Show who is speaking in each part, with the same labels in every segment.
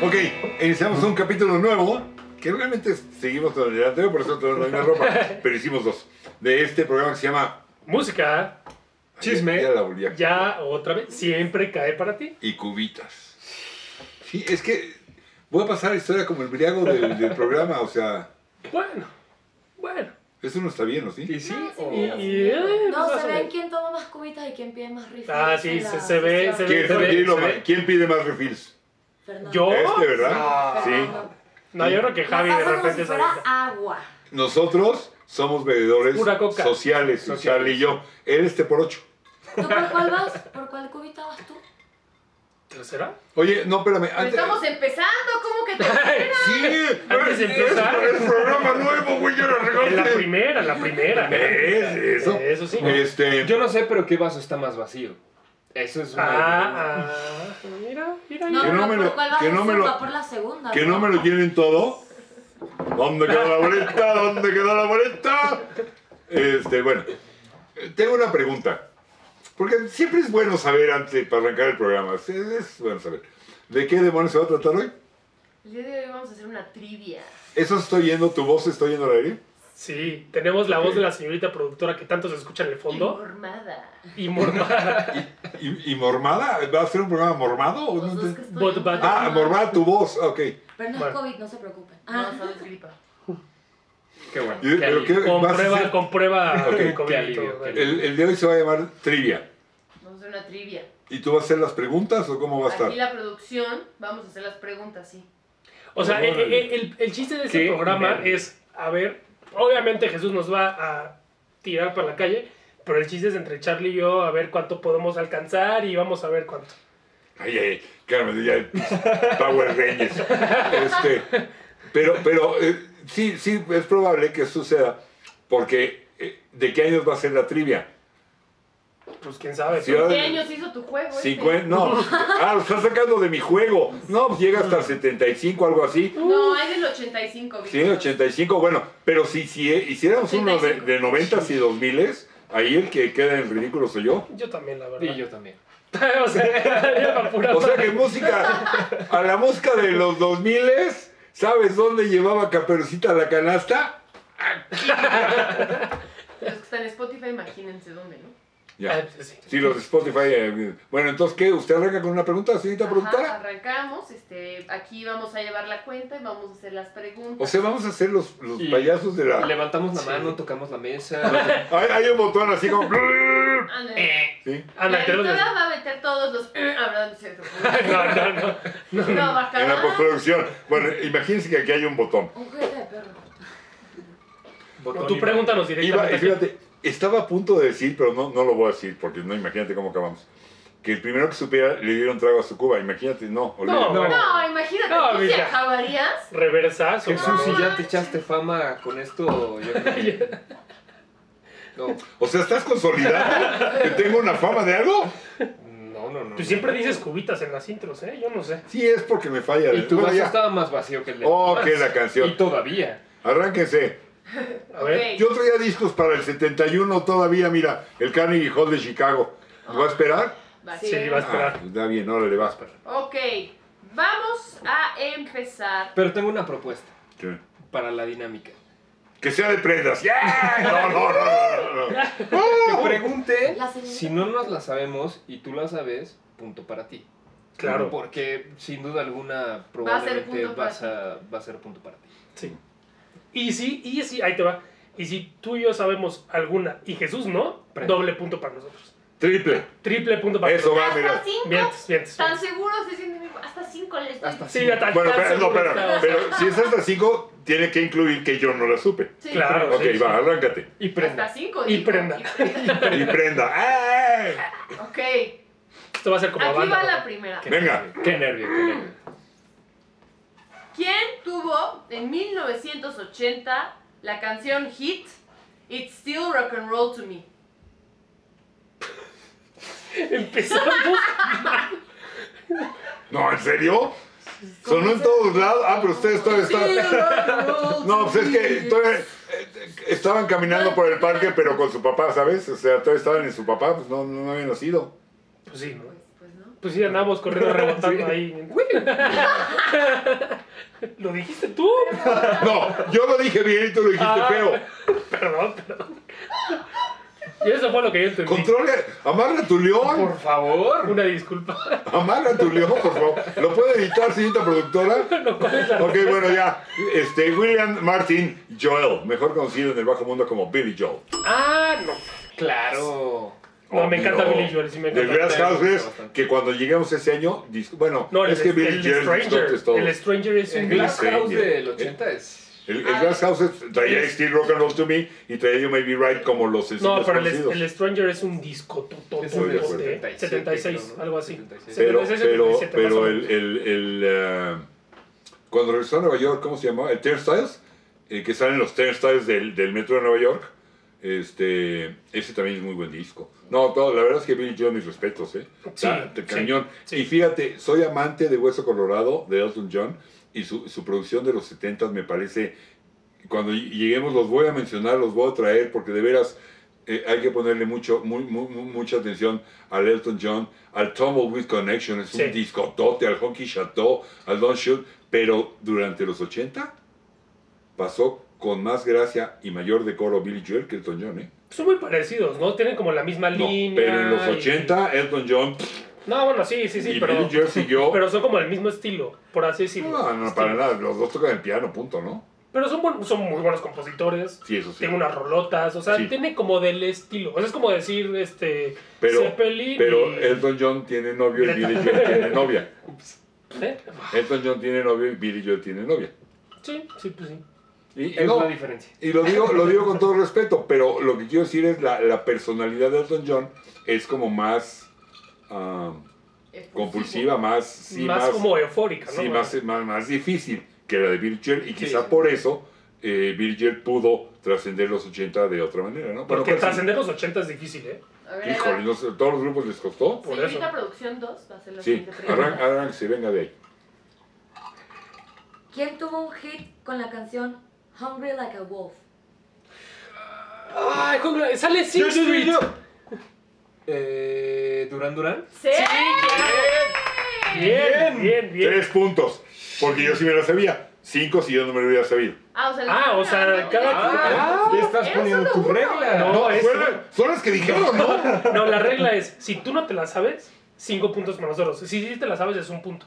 Speaker 1: Ok, iniciamos un capítulo nuevo, que realmente seguimos con el delantero, por eso tenemos la misma ropa, pero hicimos dos, de este programa que se llama...
Speaker 2: Música, chisme,
Speaker 1: Ya la volví a-
Speaker 2: ya otra vez, siempre cae para ti.
Speaker 1: Y cubitas. Sí, es que voy a pasar la historia como el briago del, del programa, o sea,
Speaker 2: Bueno, bueno.
Speaker 1: eso no está bien, ¿no? Sí.
Speaker 2: Y sí,
Speaker 3: No, se
Speaker 2: o-
Speaker 3: ve, se
Speaker 2: y-
Speaker 3: ve.
Speaker 2: eh,
Speaker 3: No,
Speaker 2: vas a
Speaker 3: se ven
Speaker 2: ver.
Speaker 3: quién toma más cubitas y quién pide más rifles.
Speaker 2: Ah, sí,
Speaker 3: en la
Speaker 2: se- se ve,
Speaker 3: sesión.
Speaker 2: se ve.
Speaker 1: ¿Quién,
Speaker 2: Se ve,
Speaker 1: quién lo
Speaker 2: se
Speaker 1: ma-
Speaker 2: ve. ¿Oh?
Speaker 1: quién pide más refills?
Speaker 3: Fernando.
Speaker 2: ¿Yo?
Speaker 1: Este, ¿verdad?
Speaker 4: No.
Speaker 1: Sí.
Speaker 2: No, yo creo que Javi de
Speaker 3: Pasa como
Speaker 2: repente
Speaker 3: si
Speaker 2: se
Speaker 3: fuera
Speaker 2: avisa.
Speaker 3: agua.
Speaker 1: Nosotros somos bebedores
Speaker 2: Pura coca.
Speaker 1: sociales,
Speaker 2: Sociales.
Speaker 1: Charlie y yo. Él este por ocho.
Speaker 3: ¿Tú por cuál vas? ¿Por cuál cubita vas tú?
Speaker 2: ¿Tercera?
Speaker 1: Oye, no, espérame. Antes,
Speaker 5: Estamos empezando, ¿cómo que te
Speaker 1: Sí,
Speaker 2: Antes de
Speaker 1: es-
Speaker 2: empezar.
Speaker 1: es programa nuevo, güey, ya lo
Speaker 2: En la
Speaker 1: arreglaste.
Speaker 2: primera, la primera.
Speaker 1: ¿Ves? Eso.
Speaker 2: Eso sí.
Speaker 1: Este,
Speaker 4: Yo no sé, pero qué vaso está más vacío. Eso es una.
Speaker 2: Ah, ah, mira, mira,
Speaker 3: No,
Speaker 1: Que
Speaker 2: mira.
Speaker 1: no
Speaker 3: no,
Speaker 1: me
Speaker 3: ¿por
Speaker 1: lo-
Speaker 3: cuál vas
Speaker 1: que
Speaker 3: tú?
Speaker 1: no me lo-
Speaker 3: Va por la segunda.
Speaker 1: que no me lo llenen todo. ¿Dónde quedó la boleta? ¿Dónde quedó la boleta? Este, bueno, eh, tengo una pregunta. Porque siempre es bueno saber antes, para arrancar el programa, es, es bueno saber. ¿De qué demonios se va a tratar hoy?
Speaker 5: El día de hoy vamos a hacer una trivia.
Speaker 1: ¿Eso estoy yendo? ¿Tu voz estoy yendo al aire?
Speaker 2: Sí, tenemos la voz
Speaker 1: Ok.
Speaker 2: de la señorita productora que tanto se escucha en el fondo.
Speaker 5: Informada.
Speaker 2: Y mormada.
Speaker 1: ¿Y, y mormada? ¿Va a ser un programa mormado? o no
Speaker 5: Los dos
Speaker 1: entiendo?
Speaker 5: que estoy
Speaker 2: Bot-
Speaker 5: enferma.
Speaker 1: Ah, mormada tu voz, ok.
Speaker 3: Pero no es
Speaker 2: Bueno.
Speaker 3: COVID, no se preocupen.
Speaker 5: No,
Speaker 3: Ah,
Speaker 5: solo es gripa.
Speaker 4: Qué bueno.
Speaker 1: Y- pero
Speaker 4: alivio.
Speaker 1: qué- vas a
Speaker 2: Comprueba,
Speaker 1: hacer-
Speaker 2: comprueba.
Speaker 1: Ok,
Speaker 2: el COVID,
Speaker 4: qué alivio,
Speaker 2: todo.
Speaker 4: qué alivio.
Speaker 1: El, el de hoy se va a llamar Trivia.
Speaker 5: Vamos a hacer una trivia.
Speaker 1: ¿Y tú vas a hacer las preguntas o cómo va a estar?
Speaker 5: Aquí la producción, vamos a hacer las preguntas, sí.
Speaker 2: O sea, eh,
Speaker 1: Órale.
Speaker 2: eh, el, el chiste de este
Speaker 4: Qué
Speaker 2: programa
Speaker 4: nervio.
Speaker 2: es, a ver, obviamente Jesús nos va a tirar para la calle, pero el chiste es entre Charlie y yo a ver cuánto podemos alcanzar y vamos a ver cuánto.
Speaker 1: Ay, ay, Carmen, ya Power Rangers. Este, pero, pero eh, sí, sí, es probable que suceda, porque eh, ¿de qué años va a ser la trivia?
Speaker 2: Pues quién sabe.
Speaker 1: Sí,
Speaker 2: pero-
Speaker 1: ahora-
Speaker 5: ¿Qué años hizo tu juego? este?
Speaker 1: 50, no, ah, lo estás sacando de mi juego. No, pues llega hasta 75, algo así.
Speaker 5: No, es del 85,
Speaker 1: Sí, 85, bueno, pero si, si eh, hiciéramos uno de, de 90 y 2000, ahí el que queda en ridículo soy yo.
Speaker 2: Yo también, la verdad.
Speaker 4: Y yo también.
Speaker 2: o sea, yo pa' pura
Speaker 1: O sea
Speaker 2: madre.
Speaker 1: que música, a la música de los 2000, ¿sabes dónde llevaba Caperucita la canasta?
Speaker 5: Los que están en Spotify, imagínense dónde, ¿no?
Speaker 2: Ah,
Speaker 1: Ya.
Speaker 2: pues sí.
Speaker 1: Sí, los de Spotify. eh, bueno, entonces, ¿qué? ¿Usted arranca con una pregunta, señorita
Speaker 5: Ajá,
Speaker 1: productora?
Speaker 5: arrancamos, este, aquí vamos a llevar la cuenta y vamos a hacer las preguntas.
Speaker 1: O sea, vamos a hacer los, los
Speaker 4: Y-
Speaker 1: payasos de la...
Speaker 4: Levantamos la
Speaker 2: Sí.
Speaker 4: mano, tocamos la mesa.
Speaker 1: Hay, hay un botón así como...
Speaker 5: Ándale.
Speaker 2: Eh,
Speaker 1: ¿Sí?
Speaker 2: Ana,
Speaker 5: la
Speaker 2: te lo
Speaker 5: editora
Speaker 2: des-
Speaker 5: va a meter todos los... eh, Hablando, ¿cierto?
Speaker 2: No, no, no.
Speaker 5: No, va a
Speaker 1: En la
Speaker 5: acabar.
Speaker 1: postproducción. Bueno, imagínense que aquí hay un botón.
Speaker 3: un juguete de perro.
Speaker 4: Botón
Speaker 2: Tú
Speaker 4: y-
Speaker 2: pregúntanos
Speaker 1: Iba,
Speaker 2: directamente.
Speaker 1: y fíjate, estaba a punto de decir, pero no, no lo voy a decir, porque no, imagínate cómo acabamos. Que el primero que supiera le dieron trago a su cuba. Imagínate, no, olvídate.
Speaker 2: no.
Speaker 5: No, imagínate,
Speaker 2: No,
Speaker 5: ¿tú se
Speaker 2: mija.
Speaker 5: acabarías?
Speaker 2: Reversazo.
Speaker 4: Jesús, si ya te echaste fama con esto, yo creo que- No,
Speaker 1: O sea, ¿estás consolidando que tengo una fama de algo?
Speaker 4: no, no. no
Speaker 2: Tú siempre dices cubitas en las intros, ¿eh? Yo no sé.
Speaker 1: Sí, es porque me falla.
Speaker 4: Y tu
Speaker 1: Bueno,
Speaker 4: vaso
Speaker 1: ya.
Speaker 4: estaba más vacío que el de.
Speaker 1: Oh, qué la
Speaker 4: Y
Speaker 1: canción.
Speaker 4: todavía.
Speaker 1: Arránquense.
Speaker 2: A ver.
Speaker 5: Ok.
Speaker 1: Yo traía discos para el 71 todavía, mira, el Carnegie Hall de Chicago. ¿Va a esperar?
Speaker 5: Va,
Speaker 2: Sí, va a
Speaker 1: Ah,
Speaker 2: esperar.
Speaker 1: está bien, ahora le vas para.
Speaker 5: Ok, vamos a empezar.
Speaker 4: Pero tengo una propuesta
Speaker 1: Sí.
Speaker 4: para la dinámica.
Speaker 1: Que sea de prendas. ¡Yeah! No, no, no, no, no.
Speaker 4: Que pregunte
Speaker 3: La señora.
Speaker 4: si no nos la sabemos y tú la sabes, punto para ti.
Speaker 2: Claro.
Speaker 4: Porque sin duda alguna
Speaker 5: Va a ser
Speaker 4: probablemente
Speaker 5: punto para
Speaker 4: vas, a, va a ser punto para ti.
Speaker 2: Sí. Y si, y si, ahí te va. Y si tú y yo sabemos alguna y Jesús no,
Speaker 4: Pre-
Speaker 2: doble punto para nosotros.
Speaker 1: Triple.
Speaker 2: Triple punto para
Speaker 1: Eso va,
Speaker 5: Hasta
Speaker 1: mira.
Speaker 5: cinco.
Speaker 2: Mientes, mientes.
Speaker 5: Tan seguros se sienten igual. Hasta cinco les doy.
Speaker 4: Hasta
Speaker 2: Sí, ya está.
Speaker 1: Bueno,
Speaker 2: tan
Speaker 1: pero, no,
Speaker 2: seguro
Speaker 1: pero,
Speaker 2: estás.
Speaker 1: pero si es hasta 5, tiene que incluir que yo no la supe.
Speaker 5: Sí.
Speaker 2: Claro.
Speaker 1: Ok,
Speaker 2: sí, sí.
Speaker 1: va, arráncate.
Speaker 4: Y
Speaker 5: Hasta
Speaker 4: prenda.
Speaker 5: cinco.
Speaker 2: Y
Speaker 5: dijo.
Speaker 2: prenda.
Speaker 1: Y prenda. ¡Eh! ¡Ay!
Speaker 5: Ok,
Speaker 2: Esto va a ser como
Speaker 5: aquí
Speaker 2: banda,
Speaker 5: va la
Speaker 2: ¿no?
Speaker 5: primera.
Speaker 4: Qué
Speaker 1: Venga.
Speaker 4: nervio, Qué nervio, qué nervio.
Speaker 5: ¿Quién tuvo en 1980 la canción hit It's Still Rock and Roll to Me?
Speaker 2: Empezamos.
Speaker 1: No, ¿en serio? Sonó en todos lados. Ah, pero ustedes todavía están. No, pues es que todavía, eh, eh, estaban caminando por el parque, pero con su papá, ¿sabes? O sea, todavía estaban en su papá, pues no, no habían nacido.
Speaker 2: Pues sí, ¿no?
Speaker 3: Pues, pues no.
Speaker 2: Pues sí, andábamos corriendo rebotando
Speaker 4: Sí.
Speaker 2: ahí. ¿Lo dijiste tú?
Speaker 1: No, yo lo dije bien y tú lo dijiste
Speaker 2: Ah.
Speaker 1: feo.
Speaker 2: Perdón, perdón. Y eso fue lo que yo entendí.
Speaker 1: Controle, amarra tu león.
Speaker 4: Por favor.
Speaker 2: Una disculpa.
Speaker 1: Amarra tu león, por favor. ¿Lo puede editar, señorita productora?
Speaker 2: No, ¿cuál es la-
Speaker 1: Ok, bueno, ya. Este, William Martin Joel, mejor conocido en el bajo mundo como Billy Joel.
Speaker 2: Ah, no.
Speaker 4: Claro.
Speaker 2: No, me encanta
Speaker 1: Obvio.
Speaker 2: Billy Joel, sí me
Speaker 1: Del
Speaker 2: encanta.
Speaker 1: Glass House es
Speaker 4: bastante.
Speaker 1: que cuando llegamos ese año, dis- bueno,
Speaker 2: No, el,
Speaker 1: es que Billy
Speaker 2: el
Speaker 1: Joel
Speaker 2: Stranger.
Speaker 1: discotes todo.
Speaker 2: El
Speaker 1: El,
Speaker 2: Stranger es
Speaker 4: El
Speaker 2: un
Speaker 1: Glass
Speaker 4: Glass
Speaker 2: glass.
Speaker 4: House
Speaker 1: Stranger.
Speaker 4: del 80 es.
Speaker 1: el Glass House es- traía Still Rock and Roll to Me y traía You May Be Right como los
Speaker 2: No,
Speaker 1: sencillos
Speaker 2: pero el,
Speaker 1: conocidos.
Speaker 2: el Stranger es un disco tutotote
Speaker 4: Es el
Speaker 1: de
Speaker 2: de 76,
Speaker 4: 76, ¿no?
Speaker 2: algo así.
Speaker 4: 76.
Speaker 1: pero,
Speaker 2: 76,
Speaker 1: pero,
Speaker 2: 77, más o
Speaker 1: pero
Speaker 2: menos.
Speaker 1: el, el, el, eh, cuando regresó a Nueva York, ¿cómo se llamaba? El Turnstiles, eh, que salen los Turnstiles del, del metro de Nueva York. Este, ese también es muy buen disco. No, todo, la verdad es que Billy Joel, mis respetos, ¿eh?
Speaker 2: Sí,
Speaker 1: Ah, te-
Speaker 2: sí,
Speaker 1: cañón.
Speaker 2: sí.
Speaker 1: Y fíjate, soy amante de Hueso Colorado, de Elton John, y su, su producción de los 70 me parece, cuando ll- lleguemos los voy a mencionar, los voy a traer, porque de veras eh, hay que ponerle mucho, muy, muy- muy- mucha atención al Elton John, al Tumbleweed Connection, es
Speaker 2: Sí.
Speaker 1: un discotote, al Honky Chateau, al Don Shoot, pero durante los 80 pasó con más gracia y mayor decoro Billy Joel que Elton John, ¿eh?
Speaker 2: Son muy parecidos, ¿no? Tienen como la misma
Speaker 1: No,
Speaker 2: línea.
Speaker 1: pero en los
Speaker 2: y-
Speaker 1: 80 Elton John
Speaker 2: No, bueno, sí, sí, sí,
Speaker 1: y
Speaker 2: pero.
Speaker 1: Billy Joel siguió
Speaker 2: Pero son como el mismo estilo, por así decirlo.
Speaker 1: No, no, para nada. Los dos tocan el piano, punto, ¿no?
Speaker 2: Pero son, buen- son muy buenos compositores.
Speaker 1: Sí, eso sí.
Speaker 2: Tienen unas rolotas, o sea,
Speaker 1: Sí.
Speaker 2: tiene como del estilo. O sea, es como decir, este.
Speaker 1: Pero,
Speaker 2: Zeppelin
Speaker 1: pero
Speaker 2: y-
Speaker 1: Elton John tiene novio y Billy Joel tiene novia.
Speaker 2: ¿Eh?
Speaker 1: Elton John tiene novio y Billy Joel tiene novia.
Speaker 2: Sí, sí, pues sí.
Speaker 1: Y, y
Speaker 4: Es
Speaker 1: no,
Speaker 4: la diferencia.
Speaker 1: y lo, digo, lo digo con todo respeto, pero lo que quiero decir es la, la personalidad de Elton John es como más ah, compulsiva, más, sí,
Speaker 2: más,
Speaker 1: más,
Speaker 2: como eufórica, ¿no?
Speaker 1: sí, más, más, más difícil que la de Billy Joel. Y
Speaker 4: Sí.
Speaker 1: quizá por eso eh, Billy Joel pudo trascender los 80 de otra manera, ¿no? Bueno,
Speaker 2: Porque
Speaker 1: casi-
Speaker 2: trascender los 80 es difícil, ¿eh?
Speaker 3: A ver, ahí va.
Speaker 1: Híjole, no sé, todos los grupos les costó.
Speaker 2: por
Speaker 3: Señorita
Speaker 2: eso.
Speaker 3: Producción 2 va a ser la
Speaker 1: Sí,
Speaker 3: siguiente
Speaker 1: arran-
Speaker 3: pregunta.
Speaker 1: arranque, venga de ahí.
Speaker 6: ¿Quién tuvo un hit con la canción Hungry Like a Wolf?
Speaker 2: Ay, Hungry- sale Sing Street.
Speaker 4: Eh, Durán Durán.
Speaker 3: ¡Sí!
Speaker 2: Bien, bien, bien.
Speaker 1: Tres puntos, porque yo sí me lo sabía. Cinco si yo no me lo hubiera sabido.
Speaker 3: Ah, o sea,
Speaker 2: Ah, o sea, cada-
Speaker 4: Ah, te estás
Speaker 3: Era
Speaker 4: poniendo
Speaker 3: solo
Speaker 4: tu
Speaker 3: uno.
Speaker 4: regla.
Speaker 2: No, es-
Speaker 1: ¿Fueron- Son las que dijeron, ¿no?
Speaker 2: No, la regla es, si tú no te la sabes, cinco puntos menos dos. Si sí te la sabes, es un punto.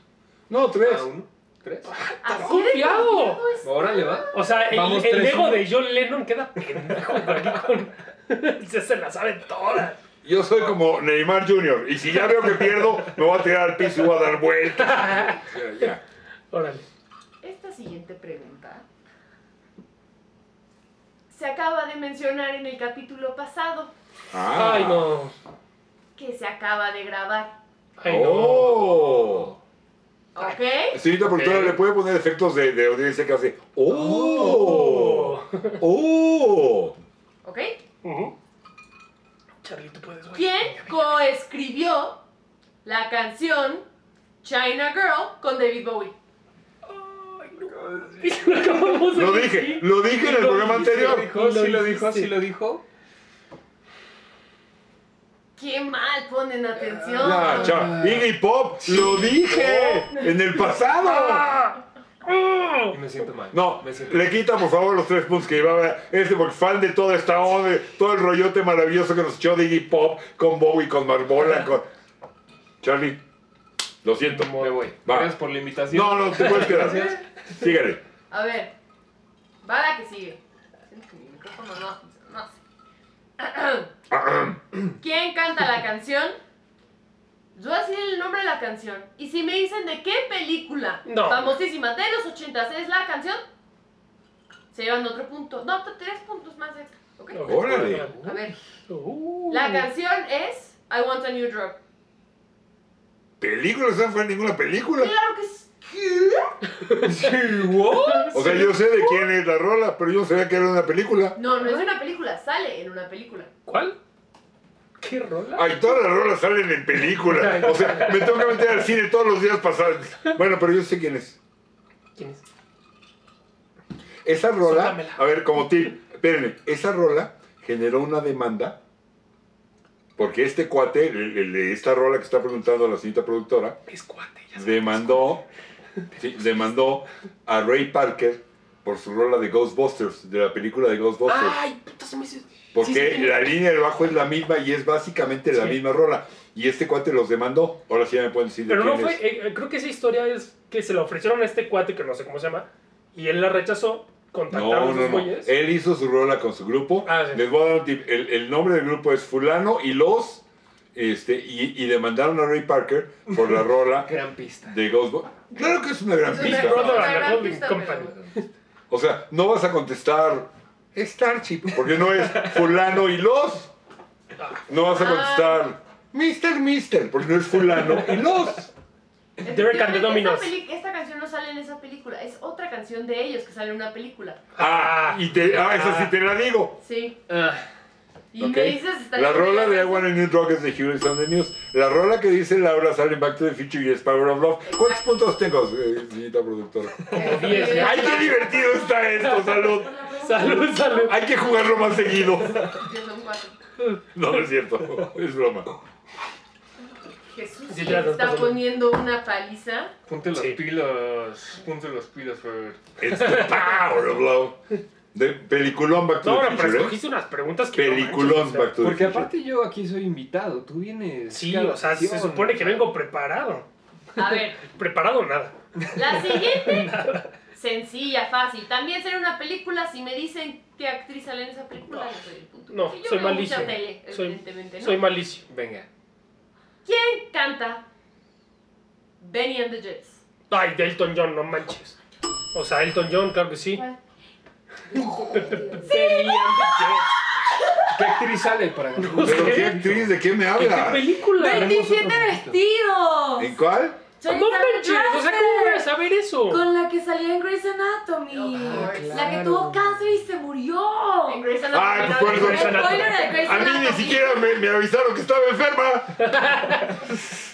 Speaker 1: No, tres.
Speaker 4: Ah, uno, tres.
Speaker 5: Ah,
Speaker 3: ¡Así
Speaker 2: confiado!
Speaker 4: Órale, va.
Speaker 2: O sea, el,
Speaker 4: Vamos,
Speaker 2: el
Speaker 4: tres,
Speaker 2: ego
Speaker 4: uno.
Speaker 2: de John Lennon queda pendejo aquí con... se, se la sabe todas.
Speaker 1: Yo soy como Neymar Jr. Y si ya veo que pierdo, me voy a tirar al piso y voy a dar vueltas. Ya, ya.
Speaker 2: Órale.
Speaker 3: Esta siguiente pregunta se acaba de mencionar en el capítulo pasado
Speaker 1: Ah.
Speaker 2: Ay, no.
Speaker 3: que se acaba de grabar.
Speaker 2: Ay, no.
Speaker 1: Oh.
Speaker 3: ¿Ok?
Speaker 1: Señorita productora,
Speaker 4: Ok.
Speaker 1: ¿le puede poner efectos de, de audiencia que hace? ¡Oh!
Speaker 2: Oh.
Speaker 1: ¡Oh!
Speaker 3: ¿Ok?
Speaker 1: Uh.
Speaker 2: Ujú. Charlie, tú puedes. güey.
Speaker 3: ¿Quién coescribió la canción China Girl con David Bowie?
Speaker 2: Lo acabamos de
Speaker 1: Lo
Speaker 2: decir.
Speaker 1: dije, lo dije en el programa
Speaker 4: Lo
Speaker 1: anterior.
Speaker 4: dijo, sí lo dijo,
Speaker 2: hiciste.
Speaker 4: sí lo dijo.
Speaker 3: ¡Qué mal ponen atención!
Speaker 1: Ya, chao. Iggy Pop, lo dije en el pasado.
Speaker 2: Ah. Ah.
Speaker 4: Y me siento mal.
Speaker 1: No,
Speaker 4: me siento
Speaker 1: le
Speaker 4: mal.
Speaker 1: quita por favor los tres puntos que llevaba este porque fan de toda esta onda, de todo el rollote maravilloso que nos echó de Iggy Pop con Bowie, con Marbola, con Charlie. Lo siento.
Speaker 4: Me voy.
Speaker 1: Va.
Speaker 4: Gracias por la invitación.
Speaker 1: No, no, te puedes quedar.
Speaker 4: Gracias.
Speaker 1: Sígale.
Speaker 3: A ver, va la que sigue. Siento que mi micrófono no funciona, no sé.
Speaker 1: Ah, ah.
Speaker 3: ¿Quién canta la canción? Yo voy a decir el nombre de la canción. Y si me dicen de qué película
Speaker 2: No.
Speaker 3: famosísima de los ochentas es la canción, se llevan otro punto. No, t- tres puntos más extra. ¿ok?
Speaker 2: Ok,
Speaker 1: Órale.
Speaker 3: A ver,
Speaker 2: Uh.
Speaker 3: la canción es I Want a New Drug.
Speaker 1: Película, esa no fue ninguna película.
Speaker 3: Claro que es.
Speaker 1: O sea, yo sé de quién es la rola, pero yo no sabía que era una película.
Speaker 3: No, no es una película, sale en una película.
Speaker 2: ¿Cuál? ¿Qué rola?
Speaker 1: Ay, todas las rolas salen en película. O sea, me toca meter al cine todos los días pasados. Bueno, pero yo sé quién es.
Speaker 2: ¿Quién es?
Speaker 1: Esa rola,
Speaker 2: Sótamela.
Speaker 1: a ver, como tip, espérenme, esa rola generó una demanda porque este cuate, el- el de esta rola que está preguntando la señorita productora,
Speaker 2: Es cuate, ya sabes.
Speaker 1: demandó, sí, demandó a Ray Parker por su rola de Ghostbusters, de la película de Ghostbusters.
Speaker 2: Ay, puta, se me hizo- Ah, sí, sí,
Speaker 1: Porque
Speaker 2: tiene-
Speaker 1: la línea del bajo es la misma y es básicamente la
Speaker 2: Sí.
Speaker 1: misma rola. Y este cuate los demandó. Ahora sí ya me pueden decir de
Speaker 2: Pero no
Speaker 1: quién
Speaker 2: fue,
Speaker 1: es.
Speaker 2: eh, eh, creo que esa historia es que se la ofrecieron a este cuate que no sé cómo se llama y él la rechazó, contactaron
Speaker 1: No,
Speaker 2: a
Speaker 1: no, Eh,
Speaker 2: sus
Speaker 1: no.
Speaker 2: güeyes.
Speaker 1: Él hizo su rola con su grupo.
Speaker 2: Ah, sí.
Speaker 1: Les voy a dar un tip. El, el nombre del grupo es Fulano y los. Este, y, y demandaron a Ray Parker por la rola
Speaker 4: Gran pista.
Speaker 1: de Ghostbusters. Claro que es una gran
Speaker 5: Es una
Speaker 1: pista.
Speaker 5: gran-
Speaker 2: Brother and
Speaker 5: Una
Speaker 2: the
Speaker 5: gran
Speaker 2: Holding
Speaker 5: pista,
Speaker 2: Company.
Speaker 1: O sea, no vas a contestar Starship, porque no es fulano y los. No vas a contestar Mister, Mister, porque no es fulano y los.
Speaker 2: Derek and the Dominos.
Speaker 5: Esta, peli- esta canción no sale en esa película, es otra canción de ellos que sale en una película.
Speaker 1: Ah, y te, ah, esa sí te la digo.
Speaker 5: Sí.
Speaker 2: Ah,
Speaker 5: Y
Speaker 1: Ok.
Speaker 5: me dices, está
Speaker 1: La
Speaker 5: bien,
Speaker 1: rola de I
Speaker 5: pero-
Speaker 1: Wanna New Drug es de Heroes on the News. La rola que dice Laura sale en Back to the Future y es Power of Love. ¿Cuántos puntos tengo, eh, señorita productora?
Speaker 2: como 10. ¿eh?
Speaker 1: ¡Ay, qué divertido está esto, salud!
Speaker 3: Por la pregunta.
Speaker 2: Salud, salud.
Speaker 1: Hay que jugarlo más seguido.
Speaker 5: Que son cuatro.
Speaker 1: No, no es cierto, es broma.
Speaker 5: Jesús
Speaker 2: Sí,
Speaker 5: le
Speaker 2: ya nos
Speaker 5: está
Speaker 2: pasamos.
Speaker 5: poniendo una paliza.
Speaker 4: Ponte los
Speaker 2: Sí.
Speaker 4: pilos. Ponte los pilos, Fer.
Speaker 1: It's the power of love. De peliculón Back to
Speaker 2: No,
Speaker 1: the
Speaker 2: ahora, pero
Speaker 1: Future. ¿eh?
Speaker 2: escogiste unas preguntas que. no
Speaker 1: Peliculón
Speaker 2: manches, o sea,
Speaker 1: Back to the
Speaker 4: Porque
Speaker 1: Future.
Speaker 4: aparte yo aquí soy invitado, tú vienes.
Speaker 2: Sí,
Speaker 4: cada
Speaker 2: o sea, se
Speaker 4: ocasión.
Speaker 2: supone que vengo preparado.
Speaker 5: A ver,
Speaker 2: Preparado nada.
Speaker 5: la siguiente. Sencilla, fácil. También será una película. Si me dicen qué actriz sale en esa película, no soy el punto.
Speaker 2: No,
Speaker 5: Sí, yo
Speaker 2: soy
Speaker 5: veo
Speaker 2: malicio.
Speaker 5: Mucha tele,
Speaker 2: Soy-
Speaker 5: evidentemente, ¿no?
Speaker 2: Soy malicio.
Speaker 4: Venga.
Speaker 5: ¿Quién canta Benny and the Jets?
Speaker 2: Ay, de Elton John, no manches. O sea, Elton John, claro que sí. Benny and the Jets.
Speaker 4: ¿Qué actriz sale para
Speaker 2: No sé.
Speaker 1: ¿Pero qué actriz? ¿De qué me
Speaker 2: ¿Qué
Speaker 1: habla?
Speaker 2: película?
Speaker 4: Benny-
Speaker 3: 27 vestidos.
Speaker 1: ¿En cuál?
Speaker 3: Soy
Speaker 2: No
Speaker 3: Sandra
Speaker 2: manches. O sea, ¿cómo voy a
Speaker 3: Dresser,
Speaker 2: saber eso?
Speaker 3: Con la que salió en Grey's Anatomy.
Speaker 5: Ah,
Speaker 3: La que
Speaker 4: claro.
Speaker 3: tuvo cáncer y se murió.
Speaker 5: En Grey's
Speaker 1: Ay,
Speaker 5: Anatomy.
Speaker 1: pues,
Speaker 5: ¿no?
Speaker 1: Grey's
Speaker 3: Spoiler de Grey's
Speaker 1: A mí ni
Speaker 3: Anatomy.
Speaker 1: siquiera me, me avisaron que estaba enferma.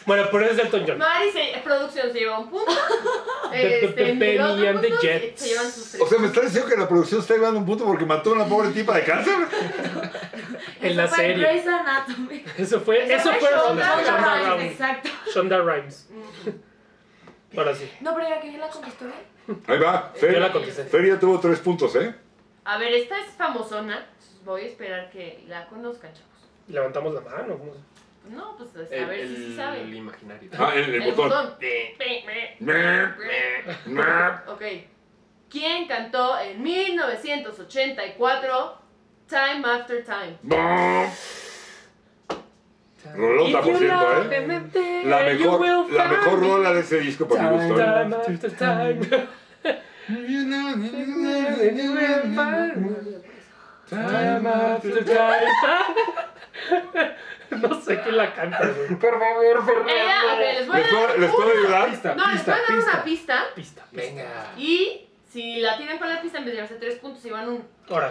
Speaker 2: Bueno, pero es de Elton John.
Speaker 5: Mari se, producción se lleva un punto.
Speaker 2: The- the- the
Speaker 5: Este, Miguel
Speaker 2: Benny
Speaker 5: otro
Speaker 2: and the
Speaker 5: punto,
Speaker 2: Jets.
Speaker 5: Se llevan sus tres.
Speaker 1: O sea, ¿me está diciendo que la producción está llevando un punto porque mató a una pobre tipa de cáncer?
Speaker 2: En la
Speaker 3: Eso fue
Speaker 2: serie.
Speaker 3: Grey's Anatomy.
Speaker 2: Eso fue,
Speaker 5: Eso
Speaker 2: eso
Speaker 5: fue
Speaker 2: fue
Speaker 5: Shonda
Speaker 2: Shonda
Speaker 5: Rhimes.
Speaker 2: Rhimes.
Speaker 3: Exacto.
Speaker 2: Shonda Rhimes. Ahora sí.
Speaker 3: No, pero ya que yo la contestó bien.
Speaker 1: Ahí va.
Speaker 2: Yo
Speaker 1: Feria
Speaker 2: la contesté.
Speaker 1: Feria tuvo tres puntos, ¿eh?
Speaker 5: A ver, esta es famosona. Voy a esperar que la conozcan, chavos.
Speaker 2: Levantamos la mano. ¿cómo se-
Speaker 5: No, pues a
Speaker 4: El,
Speaker 5: ver si sí
Speaker 4: el
Speaker 5: saben.
Speaker 4: imaginario.
Speaker 1: Ah, el, el botón.
Speaker 5: Ok. ¿Quién cantó en 1984 Time After Time?
Speaker 1: Rolota, por
Speaker 2: If you
Speaker 1: cierto,
Speaker 2: love
Speaker 1: ¿eh?
Speaker 2: them, then
Speaker 1: La
Speaker 2: you
Speaker 1: mejor,
Speaker 2: will
Speaker 1: la
Speaker 2: find
Speaker 1: mejor
Speaker 2: me.
Speaker 1: rola de ese disco para mi gusto, ¿eh?
Speaker 2: Time after time. You will find me. Time after time. No sé quién la canta, güey.
Speaker 4: Por favor,
Speaker 5: Era, ok, les voy a
Speaker 1: ¿Les puedo,
Speaker 5: dar
Speaker 1: les puedo
Speaker 5: una-
Speaker 1: ayudar?
Speaker 4: Pista,
Speaker 5: No, les voy
Speaker 4: pista,
Speaker 5: a dar una
Speaker 4: pista.
Speaker 5: pista.
Speaker 2: Pista.
Speaker 4: Venga.
Speaker 5: Y si la tienen para la pista, en vez de llevarse tres puntos, se van un.
Speaker 2: Ahora.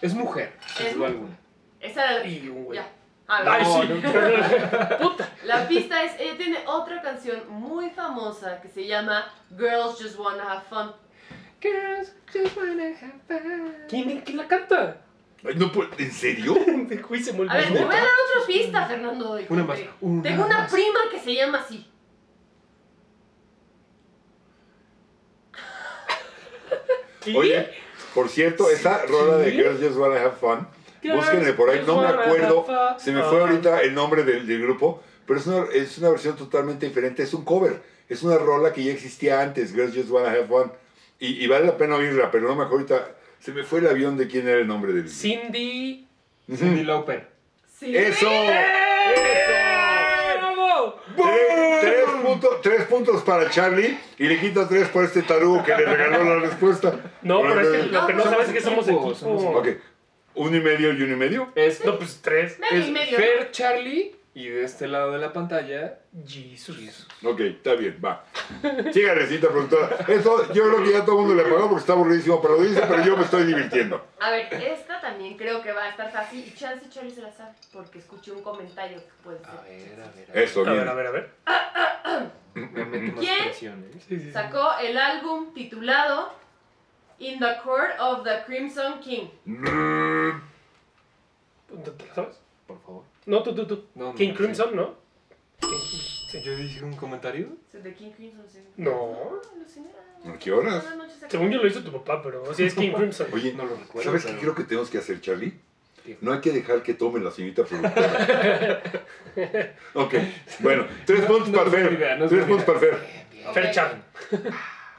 Speaker 4: Es mujer,
Speaker 5: Es
Speaker 4: sin duda alguna.
Speaker 5: Esa era la.
Speaker 2: Y un güey.
Speaker 5: Ya. A ver.
Speaker 2: Ay,
Speaker 4: No,
Speaker 2: sí.
Speaker 4: no.
Speaker 2: Puta.
Speaker 5: La pista es, ella tiene otra canción muy famosa que se llama Girls Just Wanna Have Fun.
Speaker 4: Girls just wanna have fun.
Speaker 2: ¿Quién, quién la canta?
Speaker 1: Ay, no puedo- ¿En serio?
Speaker 2: De güey se me
Speaker 5: A ver, te voy a
Speaker 2: olvidó.
Speaker 5: dar otra pista, Fernando. de-
Speaker 4: Una más,
Speaker 5: de-
Speaker 4: una
Speaker 5: Tengo una
Speaker 4: más.
Speaker 5: prima que se llama así.
Speaker 2: ¿Qué?
Speaker 1: Oye, por cierto, esa rola de Girls Just Wanna Have Fun,
Speaker 2: Girls
Speaker 1: búsquenle por ahí,
Speaker 2: Just
Speaker 1: no me
Speaker 2: Wanna
Speaker 1: acuerdo,
Speaker 2: Have Fun.
Speaker 1: se me fue ahorita el nombre del, del grupo, pero es una, es una versión totalmente diferente, es un cover, es una rola que ya existía antes, Girls Just Wanna Have Fun, y, y vale la pena oírla, pero no me acuerdo ahorita, se me fue el avión de quién era el nombre del
Speaker 2: Cindy.
Speaker 4: Cindy Lauper.
Speaker 5: Sí.
Speaker 1: ¡Eso! ¡Eso!
Speaker 2: ¡Bravo!
Speaker 1: Tres, tres punto- tres puntos para Charlie y le quita tres por este tarugo que le regaló la respuesta.
Speaker 2: No, pero es que lo que no
Speaker 4: Somos
Speaker 2: sabes es que somos
Speaker 4: equipo,
Speaker 2: equipo.
Speaker 4: somos equipo.
Speaker 1: Ok, un y medio y un y medio.
Speaker 4: Es
Speaker 2: No, pues tres.
Speaker 5: Medio
Speaker 4: Es
Speaker 5: y medio.
Speaker 4: Fer, Charlie y Y de este lado de la pantalla,
Speaker 2: Jesus.
Speaker 1: Ok, está bien, va. Síganle, cinta productora. Eso yo creo que ya todo el mundo le pagó porque está aburridísimo, pero lo dice, pero yo me estoy divirtiendo.
Speaker 3: A ver, esta también creo que va a estar fácil. Y chance Charlie se la sabe, porque escuché un comentario que puede
Speaker 4: a
Speaker 3: ser.
Speaker 4: ver, a ver. a ver.
Speaker 1: Eso,
Speaker 2: A ver,
Speaker 1: bien.
Speaker 2: a ver, a ver.
Speaker 4: Me mete más
Speaker 3: ¿Quién?
Speaker 4: presión, ¿eh?
Speaker 2: Sí, sí, sí.
Speaker 3: Sacó el álbum titulado In the Court of the Crimson King.
Speaker 1: Mm,
Speaker 2: ¿Te- te la sabes?
Speaker 4: Por favor.
Speaker 2: No, tú, tú, tú.
Speaker 4: No,
Speaker 2: King
Speaker 4: no,
Speaker 2: Crimson, ¿no?
Speaker 4: sí. ¿Yo dije un comentario?
Speaker 3: ¿Es de King Crimson? Sí.
Speaker 2: No.
Speaker 3: Alucinada.
Speaker 1: ¿A qué horas?
Speaker 3: Toda la noche se-
Speaker 2: Según yo lo hizo tu papá, pero sí es King Crimson.
Speaker 1: Oye,
Speaker 4: No lo recuerdo.
Speaker 1: ¿sabes qué
Speaker 4: pero-
Speaker 1: creo que tenemos que hacer, Charlie?
Speaker 4: ¿Qué?
Speaker 1: No hay que dejar que tome la señorita productora. ok, bueno, tres puntos
Speaker 4: no
Speaker 1: para
Speaker 4: es buena
Speaker 1: Fer.
Speaker 4: idea, no es
Speaker 1: tres puntos
Speaker 4: buena
Speaker 1: para Fer.
Speaker 3: Ok.
Speaker 2: Fer Chan.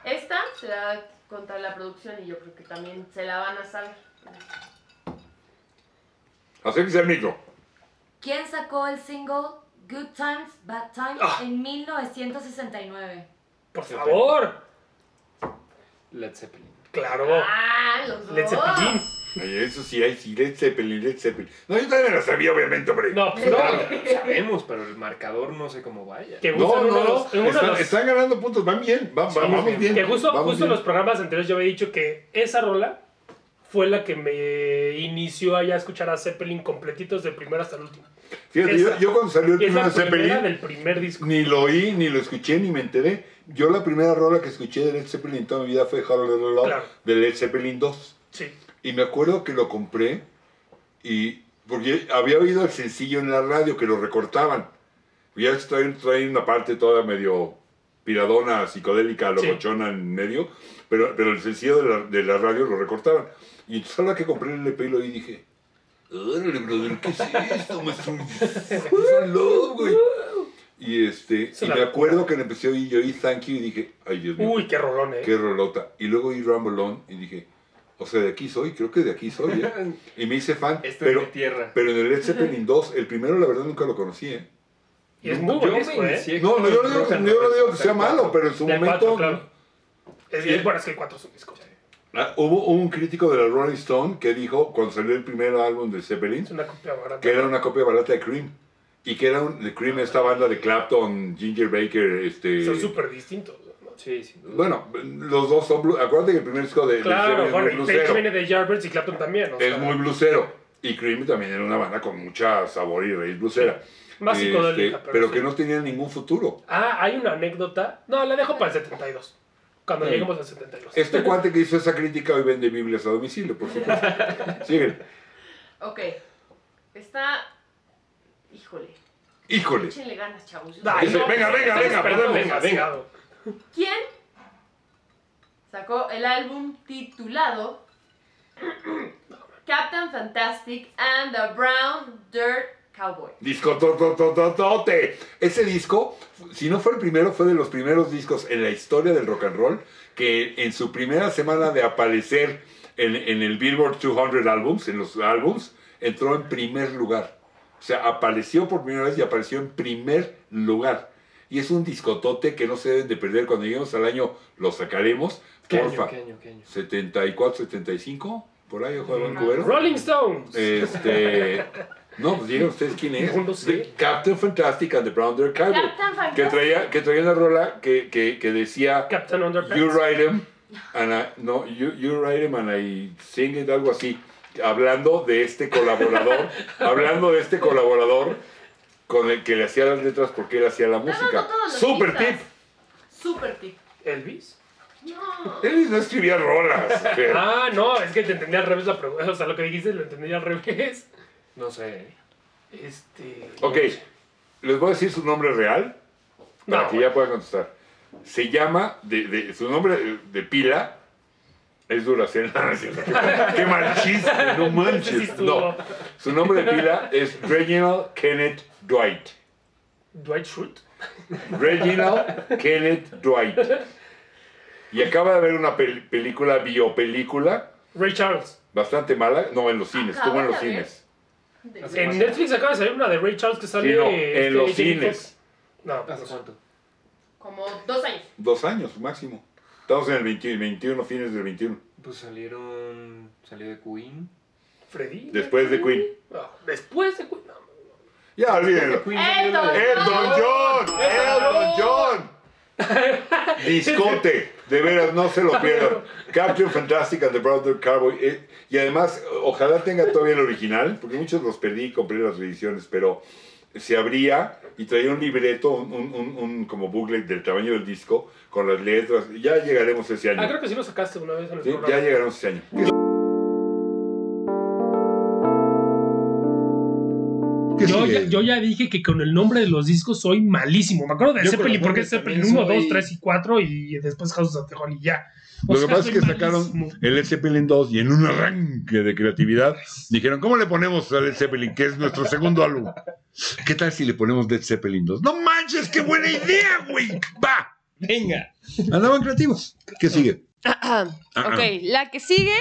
Speaker 3: Esta se da contra la producción y yo creo que también se la van a saber.
Speaker 1: Acérquese al micro.
Speaker 6: ¿Quién sacó el single Good Times, Bad Times en 1969?
Speaker 2: Por favor.
Speaker 4: Led Zeppelin.
Speaker 2: Claro.
Speaker 3: Ah, los
Speaker 2: Oh. Led
Speaker 3: dos.
Speaker 2: Zeppelin.
Speaker 1: Ay, eso sí, ahí sí, Led Zeppelin, Led Zeppelin. No, yo también me la sabía, obviamente, hombre.
Speaker 2: No, pues no.
Speaker 4: Claro, sabemos, pero el marcador no sé cómo vaya.
Speaker 2: Que justo
Speaker 1: No,
Speaker 2: en uno de
Speaker 1: no,
Speaker 2: los- en
Speaker 1: no.
Speaker 2: uno de
Speaker 1: Están,
Speaker 2: los-
Speaker 1: están ganando puntos, van bien, van,
Speaker 4: Sí,
Speaker 1: van- vamos
Speaker 4: vamos
Speaker 1: bien.
Speaker 4: bien.
Speaker 2: Que justo,
Speaker 1: vamos
Speaker 2: justo en
Speaker 1: bien.
Speaker 2: los programas anteriores yo había dicho que esa rola fue la que me inició allá a escuchar a Zeppelin completitos del primer hasta el último.
Speaker 1: Fíjate, yo,
Speaker 2: esa-
Speaker 1: yo cuando salió el
Speaker 2: Y es la
Speaker 1: primer
Speaker 2: primera
Speaker 1: Zeppelin,
Speaker 2: del primer disco.
Speaker 1: ni lo oí, ni lo escuché, ni me enteré. Yo la primera rola que escuché de Led Zeppelin en toda mi vida fue Hello Love Love
Speaker 2: Claro.
Speaker 1: de Led Zeppelin 2.
Speaker 2: Sí.
Speaker 1: Y me acuerdo que lo compré y porque había oído el sencillo en la radio que lo recortaban. Ya traen, traen una parte toda medio piradona, psicodélica, locochona en medio, pero, pero el sencillo de la, de la radio lo recortaban. Y entonces a la que compré el EP y lo oí dije, órale, brother, ¿qué es esto, maestro? Love, güey. Y, este,
Speaker 2: Es
Speaker 1: y
Speaker 2: una
Speaker 1: me
Speaker 2: locura.
Speaker 1: acuerdo que le empecé a oír, yo oí Thank You y dije, ay Dios mío.
Speaker 2: Uy, qué rolón, eh.
Speaker 1: Qué rolota. Y luego oí Rumble On y dije, o sea, de aquí soy, creo que de aquí soy. ¿eh? Y me hice fan.
Speaker 4: Esto es
Speaker 1: pero,
Speaker 4: mi tierra.
Speaker 1: pero en el Led Zeppelin 2, el primero la verdad nunca lo conocí. ¿eh?
Speaker 2: Y es muy buen disco, eh.
Speaker 4: inicié
Speaker 1: No,
Speaker 4: con
Speaker 1: no, yo no digo,
Speaker 4: rock and
Speaker 1: yo no
Speaker 4: roll,
Speaker 1: digo que sea
Speaker 4: tal
Speaker 1: malo,
Speaker 4: cual.
Speaker 1: pero en su
Speaker 2: Del cuatro,
Speaker 1: momento
Speaker 2: claro. Es, es- bueno, es que el 4 es un disco.
Speaker 1: ah, hubo un crítico de la Rolling Stone que dijo, cuando salió el primer álbum de Zeppelin,
Speaker 2: Es una copia barata.
Speaker 1: que era una copia barata de Cream. Y que era un, de Cream, esta banda de Clapton, Ginger Baker, este...
Speaker 2: Son súper distintos. ¿no?
Speaker 4: Sí, sin duda.
Speaker 1: Bueno, los dos son... blu- Acuérdate que el primer disco de, de
Speaker 2: Claro,
Speaker 1: Zeppelin
Speaker 2: bueno,
Speaker 1: es
Speaker 2: y
Speaker 1: muy
Speaker 2: Page
Speaker 1: blusero.
Speaker 2: viene de Jarvis y Clapton también. o sea,
Speaker 1: es muy blusero. Y Cream también era una banda con mucha sabor y raíz blusera.
Speaker 2: Más
Speaker 1: Este,
Speaker 2: psicodélica,
Speaker 1: pero,
Speaker 2: pero sí.
Speaker 1: que no tenía ningún futuro.
Speaker 2: Ah, hay una anécdota. No, la dejo para el 72. Cuando
Speaker 1: Sí.
Speaker 2: lleguemos al 72.
Speaker 1: Este cuate que hizo esa crítica hoy vende Biblias a domicilio, por supuesto. Siguen.
Speaker 3: Ok. Está. Híjole.
Speaker 1: Híjole.
Speaker 3: Échenle ganas, chavos. Yo-
Speaker 2: Ay,
Speaker 1: Dice,
Speaker 2: no,
Speaker 1: venga,
Speaker 2: pues,
Speaker 1: venga,
Speaker 2: estás
Speaker 1: venga,
Speaker 2: esperando
Speaker 1: perdemos. Venga,
Speaker 2: demasiado.
Speaker 3: ¿Quién sacó el álbum titulado Captain Fantastic and the Brown Dirt Cowboy?
Speaker 1: Disco totototote. Ese disco, si no fue el primero, fue de los primeros discos en la historia del rock and roll que en su primera semana de aparecer en, en el Billboard 200 Albums, en los álbums, entró en primer lugar. O sea, apareció por primera vez y apareció en primer lugar. Y es un discotote que no se deben de perder. Cuando lleguemos al año lo sacaremos.
Speaker 4: ¿Qué
Speaker 1: Porfa.
Speaker 4: año, qué año, qué año?
Speaker 1: 74, 75, por ahí, ojo de buen cubero.
Speaker 2: Rolling Stones.
Speaker 1: Este. No, pues digan ustedes quién es.
Speaker 2: No lo sé.
Speaker 1: The Captain Fantastic and the Brown Deer Cowboy.
Speaker 3: Captain Fantastic.
Speaker 1: Que traía, que traía una rola que, que, que decía
Speaker 2: Captain Underpants.
Speaker 1: You ride him and I, no, you, you ride him and I sing it, algo así. Hablando de este colaborador, hablando de este colaborador con el que le hacía las letras porque él hacía la música.
Speaker 3: dando todos los
Speaker 1: Super
Speaker 3: pistas.
Speaker 1: tip.
Speaker 3: Super tip.
Speaker 2: Elvis.
Speaker 3: No.
Speaker 1: Él no escribía rolas. pero-
Speaker 2: Ah, no, es que te entendí al revés la pregunta. O sea, lo que dijiste lo entendí al revés.
Speaker 4: No sé. ¿eh?
Speaker 2: Este.
Speaker 1: Ok, les voy a decir su nombre real para
Speaker 2: No,
Speaker 1: que ya puedan contestar. Se llama, de, de- su nombre de, de pila es Duracell. No, no es cierto. qué, mal- qué mal chiste, no
Speaker 2: Ese sí
Speaker 1: manches.
Speaker 2: estuvo.
Speaker 1: No, su nombre de pila es Reginald Kenneth Dwight.
Speaker 2: Dwight Schrute.
Speaker 1: Reginald Kenneth Dwight. Y acaba de haber una pel- película, biopelícula,
Speaker 2: Ray Charles.
Speaker 1: bastante mala. No, en los cines,
Speaker 3: Acaba
Speaker 1: estuvo en los
Speaker 3: de haber.
Speaker 1: cines.
Speaker 3: De-
Speaker 4: Hace
Speaker 2: En
Speaker 4: cuánto.
Speaker 2: Netflix acaba de salir una de Ray Charles que sale.
Speaker 1: Sí, no,
Speaker 2: este,
Speaker 1: en los
Speaker 2: Jamie Foxx.
Speaker 1: cines. Ah,
Speaker 2: No, pues,
Speaker 4: ¿Hace cuánto?
Speaker 3: Como dos años.
Speaker 1: Dos años máximo. Estamos en el 20 21, fines del 21.
Speaker 4: Pues salieron. Salió de Queen.
Speaker 2: Freddy.
Speaker 1: Después de Queen.
Speaker 2: No, después de Queen. Ah, no, no.
Speaker 1: Y Ya olvídenlo. Elton John, Elton John. Discote, de veras, no se lo pierdan. Capture Fantastic and the Brother Cowboy. eh, y además, ojalá tenga todavía el original, porque muchos los perdí y compré las ediciones, pero se abría y traía un libreto, un, un- un- un como booklet del tamaño del disco, con las letras. Ya llegaremos ese
Speaker 2: Ah, creo
Speaker 1: año.
Speaker 2: que sí lo sacaste una vez en el
Speaker 1: Sí,
Speaker 2: programa.
Speaker 1: Ya llegaremos ese año.
Speaker 2: Yo, ya, yo ya dije que con el nombre de los discos soy malísimo. Me acuerdo de
Speaker 4: Yo con
Speaker 2: Zeppelin
Speaker 4: los
Speaker 2: porque es
Speaker 4: nombres
Speaker 2: Zeppelin
Speaker 4: también
Speaker 2: 1, 2,
Speaker 4: soy-
Speaker 2: 3 y 4 y después House of the Holy y ya. O
Speaker 1: Lo que
Speaker 2: sea,
Speaker 1: pasa es
Speaker 2: soy
Speaker 1: que sacaron
Speaker 2: malísimo.
Speaker 1: el Led Zeppelin 2 y en un arranque de creatividad dijeron, ¿cómo le ponemos a Led Zeppelin, que es nuestro segundo álbum? ¿Qué tal si le ponemos Led Zeppelin 2? ¡No manches, qué buena idea, güey! ¡Va!
Speaker 4: Venga.
Speaker 1: Andaban creativos. ¿Qué sigue? Ah,
Speaker 5: ok,
Speaker 1: ah.
Speaker 5: la que sigue.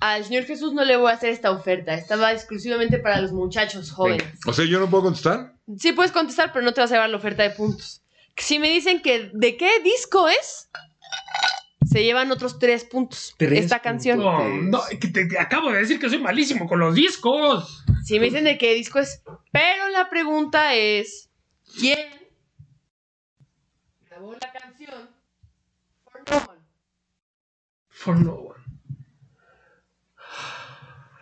Speaker 5: Al Señor Jesús no le voy a hacer esta oferta. Estaba exclusivamente para los muchachos jóvenes.
Speaker 1: O sea, ¿yo no puedo contestar?
Speaker 5: Sí puedes contestar, pero no te vas a llevar la oferta de puntos. Si me dicen que de qué disco es, se llevan otros tres puntos.
Speaker 4: Tres
Speaker 5: esta canción.
Speaker 4: puntos.
Speaker 2: No, no, que te, te acabo de decir que soy malísimo con los discos.
Speaker 5: Si me dicen de qué disco es. Pero la pregunta es: ¿Quién grabó la canción? For No One?
Speaker 2: For no one.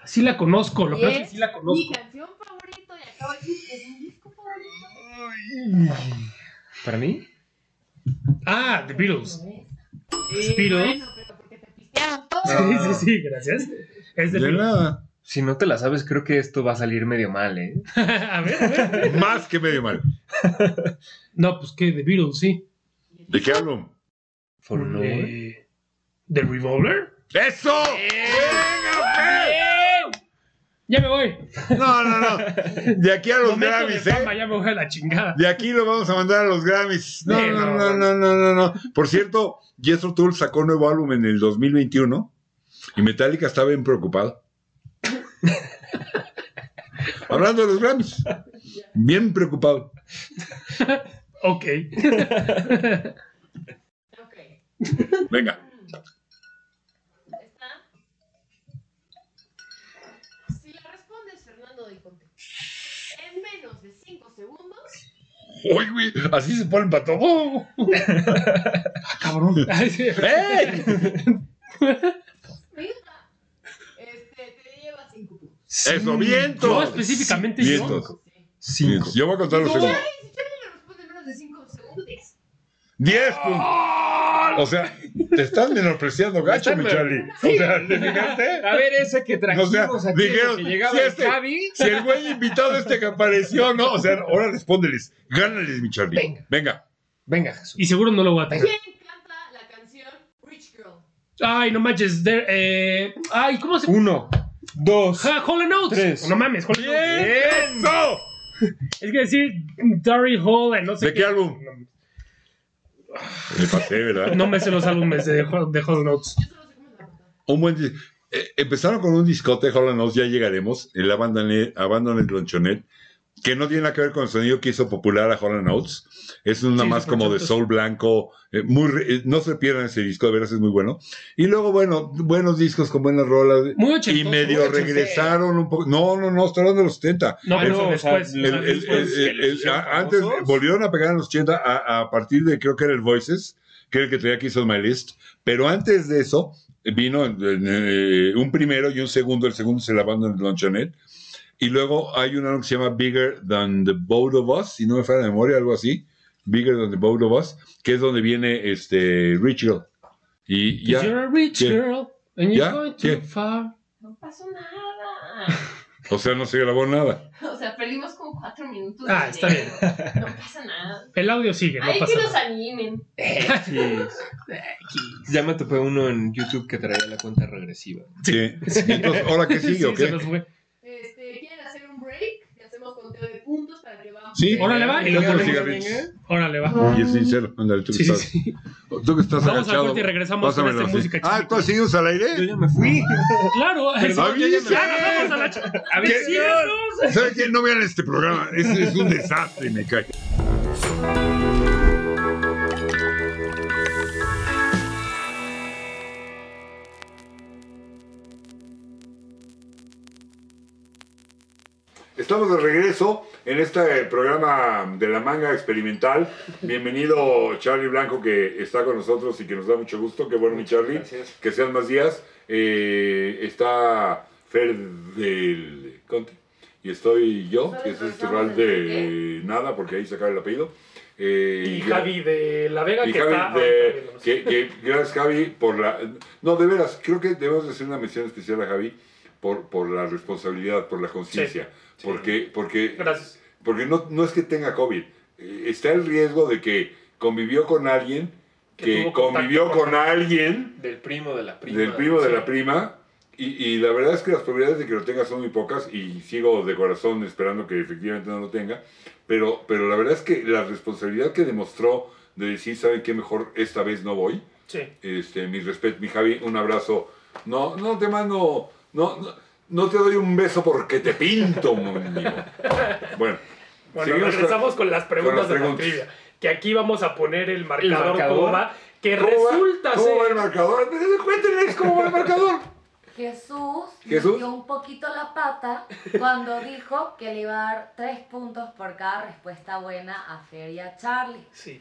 Speaker 2: Sí la conozco, lo que pasa es que sí la
Speaker 3: Mi
Speaker 2: conozco.
Speaker 3: canción favorita y acabo de decir que es mi disco favorito.
Speaker 4: ¿Para mí?
Speaker 2: Ah, The Beatles.
Speaker 3: Sí,
Speaker 2: Pero-
Speaker 3: bueno, pero porque te pistearon
Speaker 4: Ah.
Speaker 3: todo.
Speaker 2: Sí, sí, sí, gracias. Es
Speaker 1: De
Speaker 2: The Beatles.
Speaker 1: nada.
Speaker 4: Si no te la sabes, creo que esto va a salir medio mal, ¿eh?
Speaker 2: a ver, a ver.
Speaker 1: Más que medio mal.
Speaker 2: No, pues que The Beatles, sí.
Speaker 1: ¿De qué álbum?
Speaker 4: For no one.
Speaker 2: Eh, ¿The Revolver?
Speaker 1: ¡Eso! ¡Venga,
Speaker 2: Ya me voy.
Speaker 1: Fer! No, no, no. De aquí a los
Speaker 2: Momento de
Speaker 1: Grammys, ¿eh?
Speaker 2: fama, Ya me voy a la chingada.
Speaker 1: De aquí lo vamos a mandar a los Grammys. No,
Speaker 2: Sí,
Speaker 1: no, no,
Speaker 2: no,
Speaker 1: no, no, no, no. Por cierto, Jethro Tull sacó nuevo álbum en el 2021 y Metallica está bien preocupado. Hablando de los Grammys, bien preocupado.
Speaker 2: Ok.
Speaker 3: Ok.
Speaker 1: Venga,
Speaker 3: ¿Está? Si la respondes, Fernando del Conte, en menos de 5 segundos,
Speaker 1: uy, güey, así se ponen para todo.
Speaker 2: Cabrón. Ay, sí.
Speaker 1: ¡Ey!
Speaker 3: este, te llevas 5 puntos.
Speaker 1: Eso, vientos.
Speaker 2: No, específicamente yo.
Speaker 1: Vientos.
Speaker 4: Cinco.
Speaker 1: Yo voy a contar los segundos.
Speaker 3: Si yo no le respondo en menos de 5 segundos,
Speaker 1: Diez puntos. O sea, te estás menospreciando, gacho,
Speaker 4: Están
Speaker 1: mi Charlie. O sea, ¿te fijaste?
Speaker 4: A ver, ese que trajimos
Speaker 1: O sea,
Speaker 4: aquí,
Speaker 1: dijeron,
Speaker 4: que llegaba
Speaker 1: sí,
Speaker 4: el
Speaker 1: este.
Speaker 4: Javi.
Speaker 1: Si el güey invitado este que apareció, no, o sea, ahora respóndeles. Gánales, mi Charlie.
Speaker 4: Venga.
Speaker 1: Venga.
Speaker 4: Venga, Jesús.
Speaker 2: Y seguro no lo voy a tener.
Speaker 3: ¿quién canta la canción Rich Girl?
Speaker 2: Ay, no manches. there, eh, ay, ¿cómo se
Speaker 4: Uno, dos.
Speaker 2: Ja, Hall and Oates.
Speaker 4: Tres.
Speaker 2: No mames, Hall and Oates.
Speaker 1: ¡Eso!
Speaker 2: Es que decir Dory Hall and no sé
Speaker 1: ¿De qué álbum? Me pasé, ¿verdad?
Speaker 2: No me sé los álbumes de, Hall- de Hall and Oates.
Speaker 3: Yo solo sé cómo es la banda.
Speaker 1: Un buen dis- eh, empezaron con un discote, Holland Oates, ya llegaremos. El Abandoned, Abandoned Lonchonet, que no tiene nada que ver con el sonido que hizo popular a Holland Oates. Es una
Speaker 2: Sí,
Speaker 1: más como de
Speaker 2: 100%.
Speaker 1: soul blanco. eh, muy, re- eh, no se pierdan ese disco, de veras es muy bueno. Y luego, bueno, buenos discos con buenas rolas.
Speaker 2: Muy
Speaker 1: Y
Speaker 2: ochentoso.
Speaker 1: medio regresaron un poco. No, no, no, estoy hablando de los 70.
Speaker 2: No,
Speaker 4: Ah,
Speaker 2: pero
Speaker 4: no, o sea,
Speaker 2: después.
Speaker 1: El- el-
Speaker 4: discos
Speaker 1: el-
Speaker 4: que los
Speaker 1: el-
Speaker 4: hicieron
Speaker 1: a- antes
Speaker 4: famosos.
Speaker 1: volvieron a pegar en los 80 a, a partir de creo que era el Voices, que era el que traía aquí son My List, pero antes de eso vino eh, un primero y un segundo, el segundo se la en Lonchonet, y luego hay un álbum que se llama Bigger Than the Both of Us, si no me falla la memoria, algo así, Bigger Than the Both of Us, que es donde viene este Ritual.
Speaker 4: Pues
Speaker 1: Y
Speaker 2: You're
Speaker 1: ya,
Speaker 2: a rich
Speaker 1: ¿Qué?
Speaker 2: girl and you're
Speaker 1: ¿Ya?
Speaker 2: going
Speaker 1: ¿Qué?
Speaker 2: too far.
Speaker 3: No pasó nada.
Speaker 1: o sea, no se grabó nada.
Speaker 3: O sea, perdimos como 4 minutos. de
Speaker 2: Ah, está bien.
Speaker 3: dinero. No pasa nada.
Speaker 2: El audio sigue, no
Speaker 3: Hay
Speaker 2: pasa
Speaker 3: que nos
Speaker 2: nada.
Speaker 3: animen.
Speaker 4: Ya me topé uno en YouTube que traía la cuenta regresiva.
Speaker 1: Sí. Entonces, ¿ahora qué sigue o
Speaker 2: Sí, se
Speaker 1: qué?
Speaker 2: nos fue.
Speaker 3: Este, ¿Quieren hacer un break? Y hacemos conteo de puntos para que vamos.
Speaker 1: Sí.
Speaker 2: Órale, va. Y luego
Speaker 1: Venga,
Speaker 2: venga,
Speaker 1: venga, venga.
Speaker 2: Órale, va.
Speaker 1: Y es sincero, ándale, tú que
Speaker 2: Sí, sí,
Speaker 1: estás-
Speaker 2: sí.
Speaker 1: Tú que estás
Speaker 2: Vamos al
Speaker 1: agachado.
Speaker 2: corte y regresamos con
Speaker 1: Pásamelo,
Speaker 2: esta
Speaker 1: sí.
Speaker 2: música
Speaker 1: Ah, ¿tú
Speaker 2: chiquita.
Speaker 1: has ido al
Speaker 4: Yo
Speaker 1: aire?
Speaker 4: ya me fui.
Speaker 2: Claro, es-
Speaker 1: Perdón, yo ya me-
Speaker 2: Claro, vamos a la ch- Avísenos.
Speaker 1: ¿Sabes qué? No vean este programa. Es, es un desastre, me cae. Estamos de regreso en este programa de la manga experimental. Bienvenido Charlie Blanco que está con nosotros y que nos da mucho gusto. Qué bueno, mi Charlie.
Speaker 4: gracias.
Speaker 1: Que sean más días. Eh, está Fer del Conte y estoy yo, que es este Ral de nada, porque ahí se acaba el apellido. Eh,
Speaker 2: Y
Speaker 1: yo-
Speaker 2: Javi de La Vega,
Speaker 1: y
Speaker 2: que
Speaker 1: Javi,
Speaker 2: está. ahorita
Speaker 1: de-
Speaker 2: viéndonos.
Speaker 1: que- que- gracias Javi por la... No, de veras, creo que debemos de hacer una mención especial a Javi por, por la responsabilidad, por la conciencia.
Speaker 4: Sí.
Speaker 1: Porque, porque,
Speaker 2: Gracias.
Speaker 1: porque no, no es que tenga COVID, eh, está el riesgo de que convivió con alguien,
Speaker 2: Que
Speaker 1: que,
Speaker 2: tuvo contacto
Speaker 1: convivió
Speaker 2: con-
Speaker 1: con alguien,
Speaker 4: Del primo de la prima.
Speaker 1: del primo de
Speaker 4: sí.
Speaker 1: la prima. Y, y la verdad es que las probabilidades de que lo tenga son muy pocas y sigo de corazón esperando que efectivamente no lo tenga. Pero, pero la verdad es que la responsabilidad que demostró de decir, ¿saben qué mejor esta vez no voy?
Speaker 2: Sí.
Speaker 1: Este, mi respeto, mi Javi, un abrazo. No, no te mando, no, no, no te doy un beso porque te pinto, muñeco. Bueno,
Speaker 2: Bueno,
Speaker 1: seguimos con-
Speaker 2: regresamos con las preguntas
Speaker 1: las
Speaker 2: de la
Speaker 1: preguntas.
Speaker 2: trivia. Que aquí vamos a poner el marcador,
Speaker 4: marcador?
Speaker 2: cómo va, Que
Speaker 1: ¿Cómo va-
Speaker 2: resulta
Speaker 1: ¿Cómo va
Speaker 2: ser.
Speaker 1: el marcador? Cuéntenles cómo va el marcador.
Speaker 6: Jesús,
Speaker 1: Jesús.
Speaker 6: dio un poquito la pata cuando dijo que le iba a dar tres puntos por cada respuesta buena a Fer y a Charlie.
Speaker 2: Sí.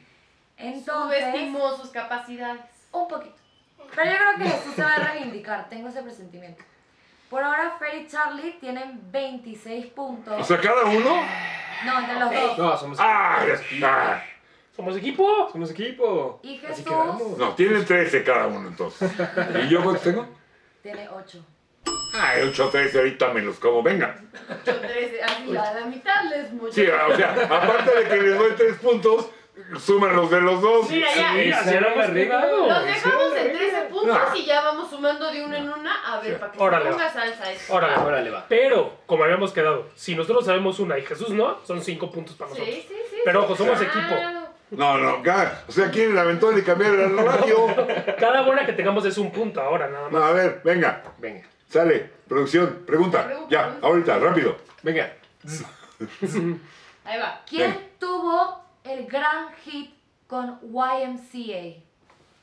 Speaker 6: Entonces,
Speaker 3: Subestimó sus capacidades.
Speaker 6: un poquito. Pero yo creo que Jesús se va a reivindicar, tengo ese presentimiento. Por ahora Fer y Charlie tienen 26 puntos.
Speaker 1: O sea, cada uno.
Speaker 6: no, entre los dos.
Speaker 4: No, somos
Speaker 1: ¡Ah!
Speaker 4: equipo.
Speaker 1: ah.
Speaker 2: Somos equipo.
Speaker 4: Somos equipo.
Speaker 6: Y
Speaker 4: Así
Speaker 6: Jesús.
Speaker 4: quedamos.
Speaker 1: No, tienen 13 cada uno entonces. ¿Y yo cuántos tengo?
Speaker 6: Tiene 8.
Speaker 1: Ah, 8 13 ahorita me los como, venga.
Speaker 3: Yo tres, así a la mitad les mucho.
Speaker 1: Sí, ah, o sea, aparte de que les doy 3 puntos, suman los de los dos.
Speaker 3: Mira, ya.
Speaker 2: Sí, así
Speaker 4: Esa era
Speaker 2: habíamos
Speaker 4: la regla.
Speaker 2: quedado.
Speaker 3: Los dejamos en 13 puntos
Speaker 1: No.
Speaker 3: y ya vamos sumando de una en una. A ver,
Speaker 1: Sí.
Speaker 3: para que
Speaker 2: Órale.
Speaker 3: se ponga salsa esto.
Speaker 2: Órale.
Speaker 4: Órale, va.
Speaker 2: Pero, como habíamos quedado, si nosotros sabemos una y Jesús no, son cinco puntos para nosotros.
Speaker 3: Sí, sí, sí.
Speaker 2: Pero ojo, somos
Speaker 3: Claro.
Speaker 1: No, no, cada, o sea, quieren la ventana y cambiar el radio.
Speaker 2: Cada buena que tengamos es un punto ahora, nada
Speaker 1: No,
Speaker 2: más.
Speaker 1: a ver, venga,
Speaker 4: Venga.
Speaker 1: sale, producción, pregunta. Ya, ahorita, rápido.
Speaker 4: Venga.
Speaker 3: Ahí va.
Speaker 6: ¿Quién
Speaker 1: Ven.
Speaker 6: tuvo el gran hit con YMCA?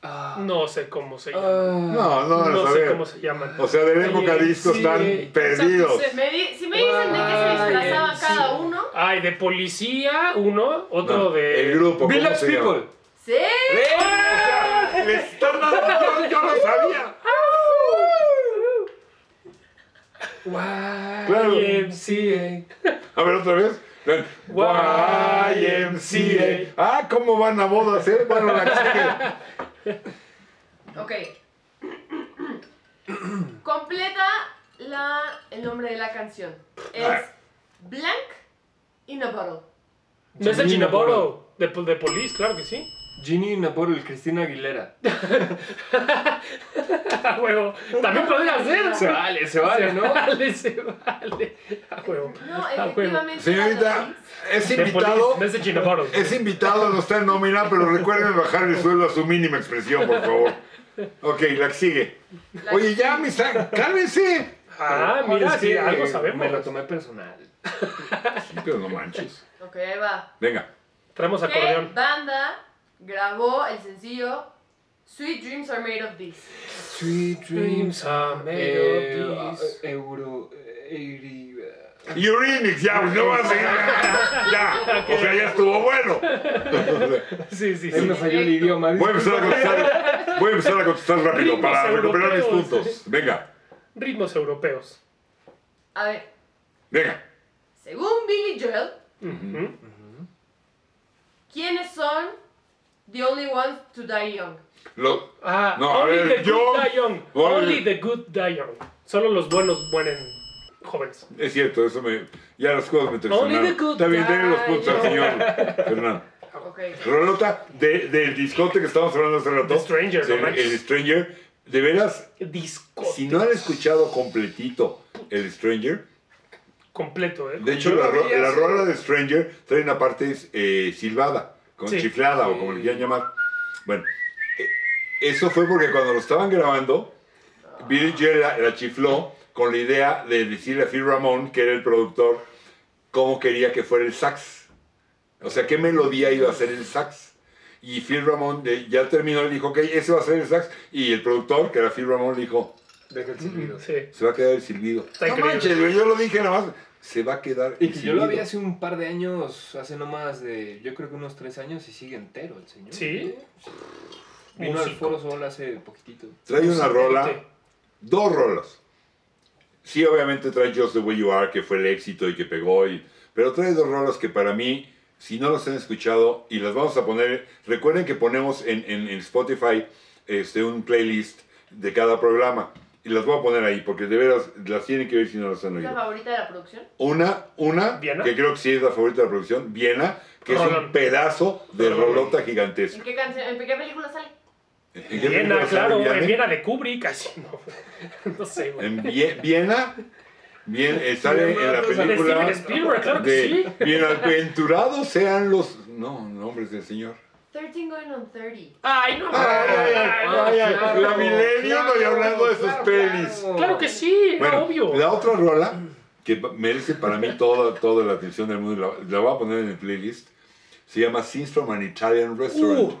Speaker 4: Ah.
Speaker 2: No sé cómo se llama.
Speaker 4: No.
Speaker 1: No, no,
Speaker 2: no
Speaker 1: a
Speaker 2: sé
Speaker 1: ver.
Speaker 2: cómo se llaman.
Speaker 1: O sea, de la época
Speaker 4: Oye,
Speaker 1: disco
Speaker 4: sí,
Speaker 1: están
Speaker 4: eh.
Speaker 3: O
Speaker 1: perdidos.
Speaker 3: sea, si me di- si me dicen de qué se
Speaker 4: Ay,
Speaker 3: disfrazaba
Speaker 4: sí.
Speaker 3: cada uno.
Speaker 2: Ay, de policía, uno, otro
Speaker 1: No,
Speaker 2: de.
Speaker 1: El grupo, ¿cómo
Speaker 4: Village
Speaker 1: se llama?
Speaker 4: People.
Speaker 3: Sí.
Speaker 1: Le están dando, yo, yo lo sabía.
Speaker 4: Wow.
Speaker 1: Claro.
Speaker 4: Sí,
Speaker 1: A ver, otra vez. YMCA. Ah, ¿cómo van a bodas, eh? Bueno, la que sigue.
Speaker 3: Ok. Completa la, el nombre de la canción. Es Blank in a Bottle.
Speaker 2: No es el
Speaker 4: Gina
Speaker 2: Chinaboro. De, de Police, claro que sí.
Speaker 4: Ginny Naporul, Cristina Aguilera.
Speaker 2: A Ah, huevo. También podría ser.
Speaker 4: Se vale, se vale, ¿no?
Speaker 2: Vale, se vale. A huevo.
Speaker 3: No,
Speaker 2: A huevo.
Speaker 3: efectivamente.
Speaker 1: Señorita, es
Speaker 2: De
Speaker 1: invitado.
Speaker 2: Police, no es el Chinaboro.
Speaker 1: Es invitado, no está en nómina, pero recuerden bajar el sueldo a su mínima expresión, por favor. Ok, la que sigue.
Speaker 3: La
Speaker 1: Oye, ya, amistad, cálmense.
Speaker 2: Ah, mira,
Speaker 4: Es que
Speaker 2: sí, algo sabemos.
Speaker 4: Me lo tomé personal.
Speaker 1: Pero no manches.
Speaker 3: Ok, ahí va.
Speaker 1: Venga.
Speaker 2: Traemos
Speaker 3: ¿Qué
Speaker 2: acordeón.
Speaker 3: banda grabó el sencillo Sweet Dreams Are Made of This?
Speaker 4: Sweet
Speaker 2: Dreams are made
Speaker 4: Eh,
Speaker 2: of this.
Speaker 4: euro. Eri. eh,
Speaker 1: Urinix, ya, no vas a Ya, o sea, ya estuvo bueno.
Speaker 2: Sí, sí,
Speaker 4: Ahí
Speaker 2: sí.
Speaker 4: me falló el idioma.
Speaker 1: Voy a empezar a contestar, voy a empezar a contestar rápido
Speaker 2: Ritmos
Speaker 1: para recuperar mis
Speaker 2: europeos.
Speaker 1: puntos. Venga,
Speaker 2: Ritmos europeos.
Speaker 3: A ver,
Speaker 1: venga.
Speaker 3: según Billy Joel,
Speaker 2: Ujú.
Speaker 3: ¿quiénes son The Only Ones to Die Young?
Speaker 1: Lo-
Speaker 2: Ah,
Speaker 1: No, a
Speaker 2: only
Speaker 1: ver,
Speaker 2: the
Speaker 1: yo-
Speaker 2: good die young.
Speaker 1: Only-
Speaker 2: Only the good die young. Solo los buenos mueren jóvenes.
Speaker 1: es cierto, eso me. Ya las cosas me
Speaker 2: Only the
Speaker 1: traicionaron.
Speaker 2: good
Speaker 1: También denle los
Speaker 2: guy,
Speaker 1: puntos al
Speaker 2: yo.
Speaker 1: señor Fernando.
Speaker 3: Ok.
Speaker 1: Rolota de- del discote que estábamos hablando hace rato.
Speaker 2: The Stranger,
Speaker 1: Sí,
Speaker 2: no manches.
Speaker 1: El Stranger. De veras,
Speaker 2: Disco
Speaker 1: si no han escuchado completito el Stranger,
Speaker 2: completo, ¿eh?
Speaker 1: de hecho,
Speaker 4: Yo
Speaker 1: la,
Speaker 4: lo
Speaker 1: ro-
Speaker 4: vi
Speaker 1: la
Speaker 4: hace-
Speaker 1: rola de Stranger trae una parte eh, silbada, con
Speaker 2: Sí.
Speaker 1: chiflada o como le quieran llamar. Bueno, eh, eso fue porque cuando lo estaban grabando, Bill Jerry la, la chifló con la idea de decirle a Phil Ramón, que era el productor, cómo quería que fuera el sax. O sea, qué melodía iba a ser el sax. Y Phil Ramón eh, ya terminó y dijo, ok, ese va a ser el sax. Y el productor, que era Phil Ramón, dijo,
Speaker 4: Deja el silbido.
Speaker 2: Sí.
Speaker 1: se va a quedar el silbido.
Speaker 2: Está
Speaker 1: no
Speaker 2: increíble.
Speaker 1: manches, güey, yo lo dije nada más. se va a quedar.
Speaker 4: Y que yo lo
Speaker 1: exhibido.
Speaker 4: había hace un par de años, hace no más de, yo creo que unos tres años y sigue entero el señor.
Speaker 2: Sí.
Speaker 4: Vino al
Speaker 2: Músico.
Speaker 4: Foro Sol hace poquitito.
Speaker 1: Trae una rola,
Speaker 2: Exactamente.
Speaker 1: dos rolas. Sí, obviamente trae Just the Way You Are, que fue el éxito y que pegó, y- pero trae dos rolas que para mí, si no las han escuchado y las vamos a poner, recuerden que ponemos en, en- en Spotify este, un playlist de cada programa y las voy a poner ahí porque de veras las tienen que ver si no las han
Speaker 3: ¿Es la
Speaker 1: oído.
Speaker 3: favorita de la producción?
Speaker 1: Una, una,
Speaker 2: ¿Viena?
Speaker 1: que creo que sí es la favorita de la producción, Viena, que es un
Speaker 2: Rolón.
Speaker 1: pedazo de
Speaker 2: Rolón.
Speaker 1: rolota gigantesca.
Speaker 3: ¿En qué, canción, ¿En qué película sale?
Speaker 1: ¿En qué
Speaker 2: Viena,
Speaker 1: película sale
Speaker 2: claro,
Speaker 1: Viena?
Speaker 2: en Viena de Kubrick, casi no. No sé, güey.
Speaker 1: En Vie- Viena, bien, eh, sale
Speaker 4: No,
Speaker 1: en la
Speaker 4: no, sale
Speaker 2: De Steven
Speaker 1: película
Speaker 2: Spielberg, claro que sí.
Speaker 1: de Bienaventurados sean los. No, nombres del Señor.
Speaker 3: 13 Going on 30.
Speaker 2: Ay, no,
Speaker 1: Ay, ay,
Speaker 4: Ah,
Speaker 1: ay,
Speaker 2: no,
Speaker 1: ay, ay.
Speaker 2: no.
Speaker 1: la Millennium y hablando de sus pelis.
Speaker 2: Claro que sí,
Speaker 1: Bueno,
Speaker 2: obvio.
Speaker 1: la otra rola que pa- merece para mí toda, toda la atención del mundo, y la, la voy a poner en el playlist, se llama Scenes from an Italian Restaurant,
Speaker 2: Uh.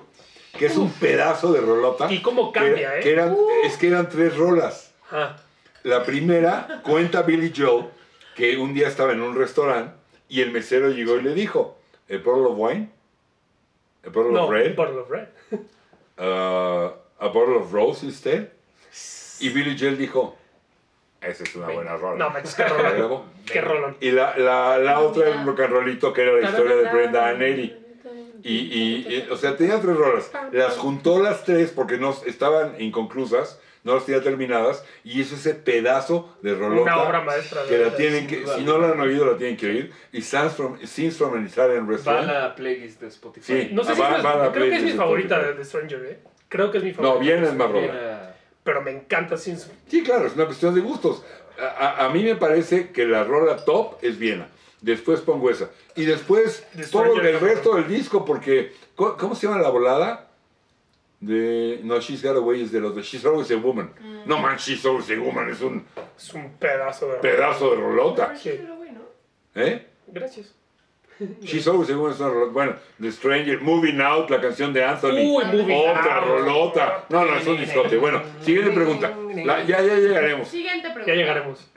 Speaker 1: que es un pedazo de rolota.
Speaker 2: Y cómo
Speaker 1: que-
Speaker 2: cambia, ¿eh?
Speaker 1: que eran- Es que eran tres rolas.
Speaker 2: Ah,
Speaker 1: La primera cuenta Billy Joel que un día estaba en un restaurante y el mesero llegó y le dijo, ¿A bottle of wine? ¿A bottle
Speaker 2: no,
Speaker 1: of red?
Speaker 2: Bottle of Red.
Speaker 1: Uh, ¿A bottle of rose instead? Y Billy Joel dijo, esa es una Ah, buena rola.
Speaker 2: No, manches, qué
Speaker 1: ¿La
Speaker 2: rolón.
Speaker 1: grabo?
Speaker 2: Qué rolón.
Speaker 1: Y la, la, la otra era un rock and rollito que era la historia de Brenda Anelli. Y, y- y, o sea, tenía tres rolas. Las juntó las tres porque no, estaban inconclusas, no las tenía terminadas. Y es ese pedazo de rolota
Speaker 2: Una obra maestra. de
Speaker 1: que la
Speaker 2: verdad.
Speaker 1: tienen que, si no la han oído, la tienen que oír. Y Scenes from, Scenes from an Italian
Speaker 4: Va a
Speaker 1: Restaurant.
Speaker 4: la playlist de Spotify.
Speaker 1: Sí.
Speaker 2: No sé si
Speaker 1: Va-
Speaker 2: es mi-
Speaker 1: va a la
Speaker 2: creo que es mi
Speaker 1: playlist de
Speaker 2: favorita
Speaker 1: Spotify.
Speaker 2: de The Stranger, ¿eh? Creo que es mi favorita.
Speaker 1: No, bien es más rola.
Speaker 4: Mira,
Speaker 2: Pero me encanta Simpson.
Speaker 1: Sí, claro, es una cuestión de gustos. A, a- a mí me parece que la rola top es Viena. Después pongo esa. Y después
Speaker 2: The Stranger
Speaker 1: todo el
Speaker 2: Things.
Speaker 1: resto del disco, porque. ¿Cómo, cómo se llama la volada? De. No, She's Got Away es de los de She's Always a Woman.
Speaker 2: Mm.
Speaker 1: No man, She's Always a Woman es un
Speaker 2: Es un pedazo de.
Speaker 1: pedazo de rolota.
Speaker 2: Sí.
Speaker 3: Pero bueno.
Speaker 1: ¿Eh?
Speaker 2: Gracias.
Speaker 1: She's Always a Woman es una rolota. Bueno, The Stranger, Moving Out, la canción de Anthony.
Speaker 2: Uy, Moving
Speaker 1: Otra
Speaker 2: Out.
Speaker 1: rolota. No, no, es un discote. Bueno, siguiente pregunta. La- ya, ya llegaremos.
Speaker 3: Siguiente pregunta.
Speaker 2: Ya llegaremos.